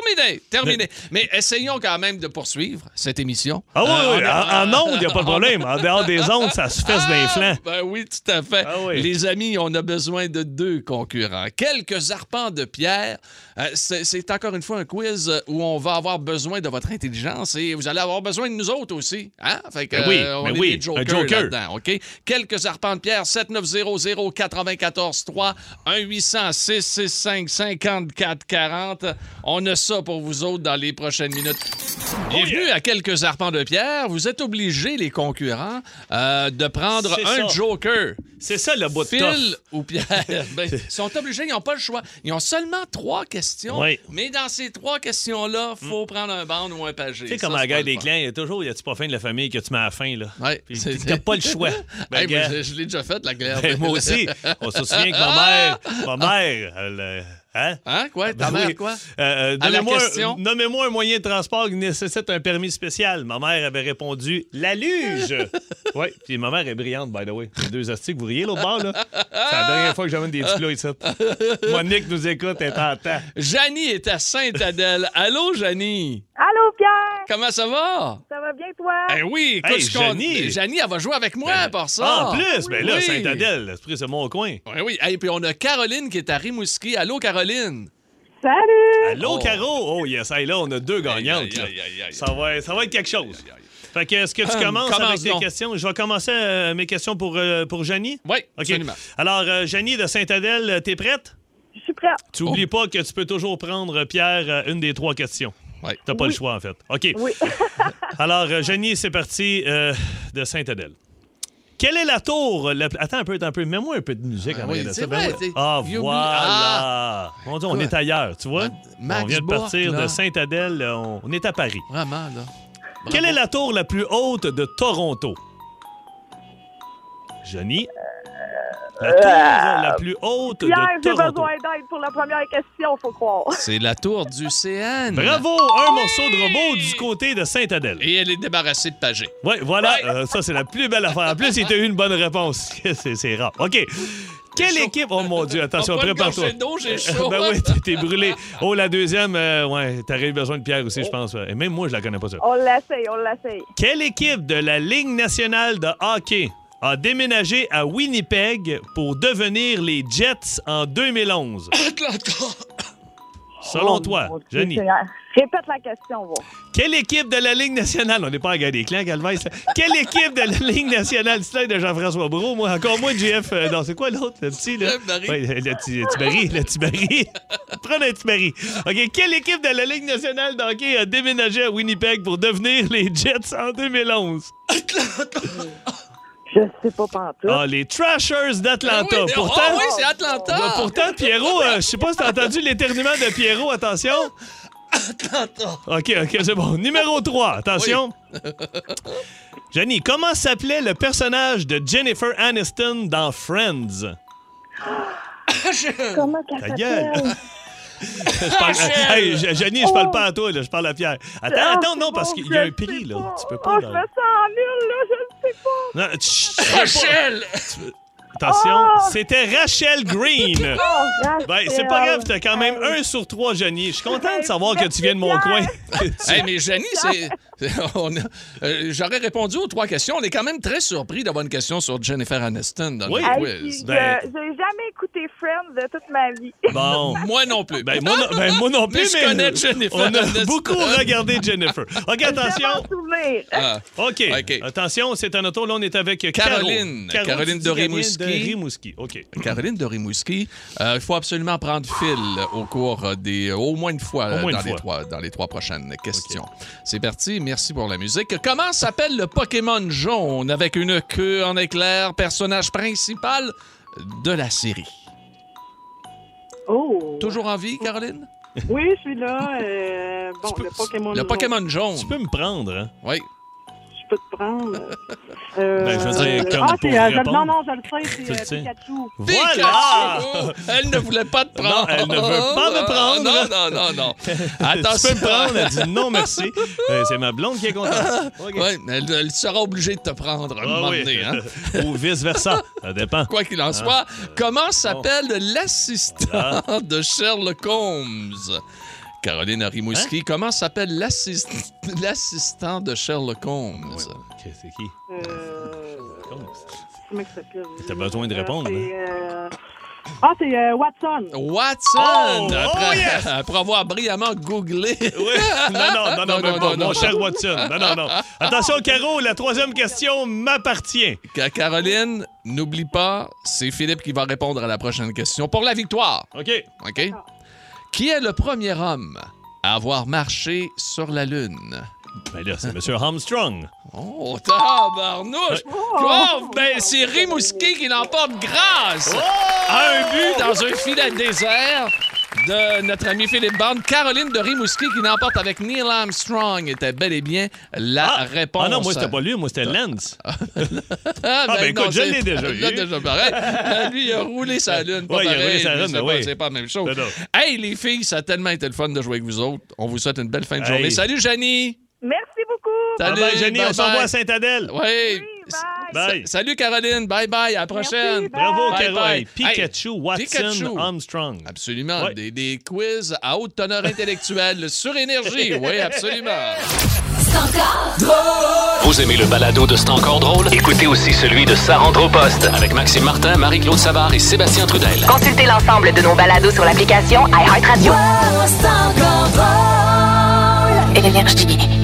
S1: terminé, terminé. Mais essayons quand même de poursuivre cette émission.
S2: Ah oui,
S1: Euh,
S2: oui,
S1: on a-
S2: en, en ondes, il n'y
S1: ah,
S2: a pas de problème. En dehors des ondes, ça se fesse d'un flanc.
S1: Ben oui, tout à fait.
S2: Ah oui.
S1: Les amis, on a besoin de deux concurrents. Quelques arpents de pierre. Euh, c'est c'est encore une fois un quiz euh, où on va avoir besoin de votre intelligence et vous allez avoir besoin de nous autres aussi. Hein? Fait que,
S2: Ben oui,
S1: on
S2: ben
S1: est
S2: oui,
S1: des jokers
S2: un joker.
S1: là-dedans, OK? Quelques arpents de pierre, 7900-94-3, 1-800-665-5440. On a ça pour vous autres dans les prochaines minutes.
S2: Oh
S1: Bienvenue à Quelques arpents de pierre. Vous êtes obligés, les concurrents, euh, de prendre
S2: C'est
S1: un
S2: ça.
S1: joker.
S2: C'est ça le bout de
S1: Phil
S2: tough.
S1: ou Pierre? Ben, ils sont obligés, ils n'ont pas le choix. Ils ont seulement trois questions.
S2: Oui.
S1: Mais dans ces trois questions-là, il faut prendre un band ou un pagé.
S2: Tu sais,
S1: Ça,
S2: comme à la
S1: c'est
S2: guerre
S1: pas
S2: des
S1: le fun.
S2: clans, il y a toujours, y a-tu pas fin de la famille que tu mets à la fin, là?
S1: Ouais.
S2: Puis t'as pas le choix. Ben,
S1: Hey, moi,
S2: gars,
S1: je je l'ai déjà faite, la guerre.
S2: ben, moi aussi, on se souvient que ma mère, ma mère, elle, euh, hein?
S1: Hein, quoi? Ah! Ta mère, quoi?
S2: Euh, euh,
S1: À la
S2: nommez-moi un-
S1: question.
S2: Nommez-moi un moyen de transport qui nécessite un permis spécial. Ma mère avait répondu la luge. oui, puis ma mère est brillante, by the way. Les deux astiques, vous riez l'autre bord, là? C'est la dernière fois que j'amène des petits plats ici. Monique nous écoute, elle t'entend.
S1: Janie est à Sainte-Adèle. Allô, Janie?
S11: Allô, Pierre!
S1: Comment ça va?
S11: Ça va bien, toi?
S1: Eh oui, écoute,
S2: Hey,
S1: je compte-
S2: Janie.
S1: Janie, elle va jouer avec moi, par ça.
S2: Ah, en plus, ben là,
S1: Oui.
S2: Saint-Adèle, l'esprit, c'est mon coin.
S1: Oui, oui. Et puis on a Caroline qui est à Rimouski. Allô, Caroline?
S11: Salut!
S2: Allô,
S1: Oh.
S2: Caro! Oh, yes, hey, là, on a deux gagnantes. là. Ça va être ça va être quelque chose. Fait que, est-ce que tu
S1: Hum,
S2: commences
S1: commence
S2: avec tes
S1: donc.
S2: questions? Je vais commencer euh, mes questions pour, euh, pour Janie.
S1: Oui,
S2: OK.
S1: absolument.
S2: Alors, euh, Janie de Saint-Adèle, euh, t'es prête?
S11: Je suis prête.
S2: Tu n'oublies pas que tu peux toujours prendre, euh, Pierre, euh, une des trois questions.
S1: Oui.
S2: T'as pas le choix, en fait. OK.
S11: Oui.
S2: Alors, euh, Janie, c'est parti euh, de Saint-Adèle. Quelle est la tour? la- Attends un peu, attends un peu. Mets-moi un peu de musique
S1: Ah
S2: en
S1: oui,
S2: arrière de
S1: c'est
S2: ça.
S1: vrai,
S2: oui.
S1: t'es-
S2: Ah,
S1: il oublie-
S2: voilà! Mon Dieu, on
S1: Quoi?
S2: est ailleurs, tu vois?
S1: Max
S2: on vient de
S1: Bock,
S2: partir
S1: là.
S2: de Saint-Adèle, euh, on, on est à Paris.
S1: Vraiment, là.
S2: Quelle est la tour la plus haute de Toronto? Johnny? La tour la plus haute
S11: Euh, Pierre,
S2: de
S11: j'ai
S2: Toronto.
S11: besoin d'aide pour la première question, faut croire.
S1: C'est la tour du CN.
S2: Bravo! Un morceau de robot du côté de Saint-Adèle.
S1: Et elle est débarrassée de Pagé.
S2: Oui, voilà. euh, ça, c'est la plus belle affaire. En plus, il t'a eu une bonne réponse. c'est c'est rare. OK. Quelle équipe... Oh, mon Dieu, attention,
S1: Ah, pas une
S2: prépare-toi.
S1: gorgée d'eau, j'ai chaud.
S2: ben oui, t'es- t'es brûlé. Oh, la deuxième, euh, ouais, t'aurais eu besoin de Pierre
S1: Oh.
S2: aussi, je pense. ouais. Et même moi, je la connais pas, ça.
S11: On l'essaye, on l'essaye.
S2: Quelle équipe de la Ligue nationale de hockey a déménagé à Winnipeg pour devenir les Jets en 2011? Selon
S11: Oh,
S2: toi,
S11: mon Dieu,
S2: Jenny.
S11: Seigneur. Répète la question, va.
S2: Quelle équipe de la Ligue nationale... On n'est pas à Gare des Clans, Galvez. là. Quelle équipe de la Ligue nationale... C'est de Jean-François Brault, moi. Encore moi, JF. euh, non, c'est quoi l'autre? Le petit, là?
S1: Le Barry.
S2: Ouais, le petit- le petit Barry, Le petit Barry. Prends le petit Barry. OK. Quelle équipe de la Ligue nationale de hockey a déménagé à Winnipeg pour devenir les Jets en 2011?
S11: Je sais pas pantoute.
S2: Ah, les Trashers d'Atlanta.
S1: Ah oui, mais-
S2: pourtant,
S1: ah oui, c'est Atlanta.
S2: Ben, pourtant, Pierrot, euh, je sais pas si t'as entendu l'éternuement de Pierrot, attention. OK, OK, c'est bon. Numéro 3, attention. Jenny, comment s'appelait le personnage de Jennifer Aniston dans Friends?
S11: Comment qu'elle
S2: Ta gueule.
S11: s'appelle?
S2: Je parle, hey, Je- Jenny, je parle pas à toi, là, je parle à Pierre. Attends,
S11: Ah,
S2: attends, non,
S11: c'est
S2: parce
S11: bon,
S2: qu'il y a
S11: je
S2: un prix,
S11: sais
S2: là.
S11: pas.
S2: Tu peux
S11: Oh,
S2: pas.
S11: je
S2: là.
S11: me sens nulle, là, je ne sais pas.
S2: Non, chut, tu peux pas.
S1: Rachel!
S2: Attention,
S11: Oh.
S2: c'était Rachel Green.
S11: Oh,
S2: Ben, c'est pas grave, t'as quand même un sur trois, Johnny. Je suis content de savoir que tu viens de mon coin.
S11: Merci,
S1: Hey, mais Janie, c'est. on a- euh, J'aurais répondu aux trois questions. On est quand même très surpris d'avoir une question sur Jennifer Aniston dans
S2: Oui.
S1: le
S11: Hey,
S1: quiz.
S11: puis,
S2: Ben-
S11: je- J'ai jamais écouté Friends de toute ma vie.
S2: Bon.
S1: Moi non plus.
S2: Ben moi, non, ben, moi non
S1: Mais
S2: plus,
S1: je
S2: mais,
S1: connais Jennifer
S2: on a
S1: Aniston.
S2: beaucoup regardé Jennifer. OK, attention.
S11: Je souvenir.
S1: Ah,
S2: OK.
S1: OK.
S2: Attention, c'est un auto. Là, on est avec
S1: Caroline.
S2: Caro. Caro,
S1: Caroline
S2: tu dis
S1: de
S2: qu'elle vient
S1: Rimouski. Oh
S2: de Rimouski. OK.
S1: Caroline de Rimouski, euh, il faut absolument prendre fil au cours des. euh, au moins une fois,
S2: Au moins
S1: dans,
S2: une
S1: les
S2: fois.
S1: Trois, dans les trois prochaines questions. C'est parti, merci pour la musique. Comment s'appelle le Pokémon jaune avec une queue en éclair, personnage principal de la série?
S9: Oh!
S1: Toujours en vie, Caroline?
S9: Oui, je suis là. euh, bon,
S1: Tu peux-
S9: Oh, le Pokémon.
S1: Le Pokémon jaune.
S2: Tu peux me prendre, hein?
S1: Oui.
S9: Je peux te
S11: Ben,
S9: prendre. Euh,
S2: Ben, je veux dire,
S9: euh,
S2: comme
S9: ah,
S2: pour
S9: c'est, euh, je-
S2: répondre.
S9: Non, non, je le sais,
S2: Tu le
S9: c'est
S2: sais.
S9: euh, Pikachu.
S2: Voilà!
S1: Pikachu! Elle ne voulait pas te prendre. Ah,
S2: Non, elle ne veut pas me prendre.
S1: Non, non, non, non. Attention.
S2: Tu peux me prendre? Elle dit non, merci. Euh, c'est ma blonde qui est contente. OK.
S1: Ouais, mais elle, elle sera obligée de te prendre à un
S2: Ah
S1: moment
S2: oui.
S1: donné. Hein?
S2: Ou vice-versa. Ça dépend.
S1: Quoi qu'il
S11: Ah.
S1: en soit, comment s'appelle l'assistant
S11: Ah.
S1: de Sherlock Holmes? Caroline
S11: Hein?
S1: Rimouski, comment s'appelle l'assist- l'assistant de Sherlock Holmes?
S2: OK, c'est qui?
S9: Euh,
S2: Comme ça.
S9: comment que ça s'appelle?
S2: T'as besoin de
S9: Euh,
S2: répondre,
S9: c'est, euh,
S11: Ah, c'est euh, Watson.
S1: Watson!
S11: Oh,
S1: après,
S11: oh yes!
S1: après avoir brillamment googlé.
S2: hein? Non, non, non, non, même pas, mon cher Watson. Non, non, non. Attention, Caro, la troisième question m'appartient.
S1: Ca- Caroline, n'oublie pas, c'est Philippe qui va répondre à la prochaine question pour la victoire.
S2: OK.
S1: OK? Qui est le premier homme à avoir marché sur la Lune?
S2: Ben là, c'est M. Armstrong.
S1: Oh, tabarnouche! Oh, ben, c'est Rimouski qui l'emporte grâce
S2: Oh!
S1: à Ah, un but dans un filet de désert de notre ami Philippe Bande. Caroline de Rimouski qui l'emporte avec Neil Armstrong était bel et bien la réponse.
S2: Ah non, moi, c'était pas lui, moi, c'était Lens.
S1: Ah,
S2: Ah, ben,
S1: non,
S2: écoute, je
S1: c'est-
S2: l'ai déjà eu.
S1: l'a déjà pareil. Euh, Lui, il a roulé sa lune. Pas
S2: Ouais, il a
S1: pareil,
S2: roulé sa
S1: lui,
S2: lune,
S1: c'est
S2: mais
S1: pas-
S2: oui. Ben
S1: C'est pas la même chose.
S2: Non, non.
S1: Hey, les filles, ça a tellement été le fun de jouer avec vous autres. On vous souhaite une belle fin de
S2: Hey.
S1: journée. Salut, Janie!
S11: Merci beaucoup.
S1: Salut,
S2: Bye-bye, ben, Jenny,
S1: bye-bye.
S2: on s'envoie à Saint-Adèle.
S1: Oui.
S2: Bye.
S1: Sa- Salut, Caroline. Bye-bye. À la prochaine.
S2: Bravo,
S1: Bye-bye.
S2: Caro. Hey,
S1: Hey,
S2: Pikachu, Watson,
S1: Pikachu.
S2: Armstrong.
S1: Absolument.
S2: Ouais.
S1: Des, des quiz à haute teneur intellectuelle sur énergie. Oui, absolument.
S8: Vous aimez le balado de C'est encore drôle? Écoutez aussi celui de Sa rentre au poste avec Maxime Martin, Marie-Claude Savard et Sébastien Trudel.
S12: Consultez l'ensemble de nos balados sur l'application iHeartRadio. Et l'énergie.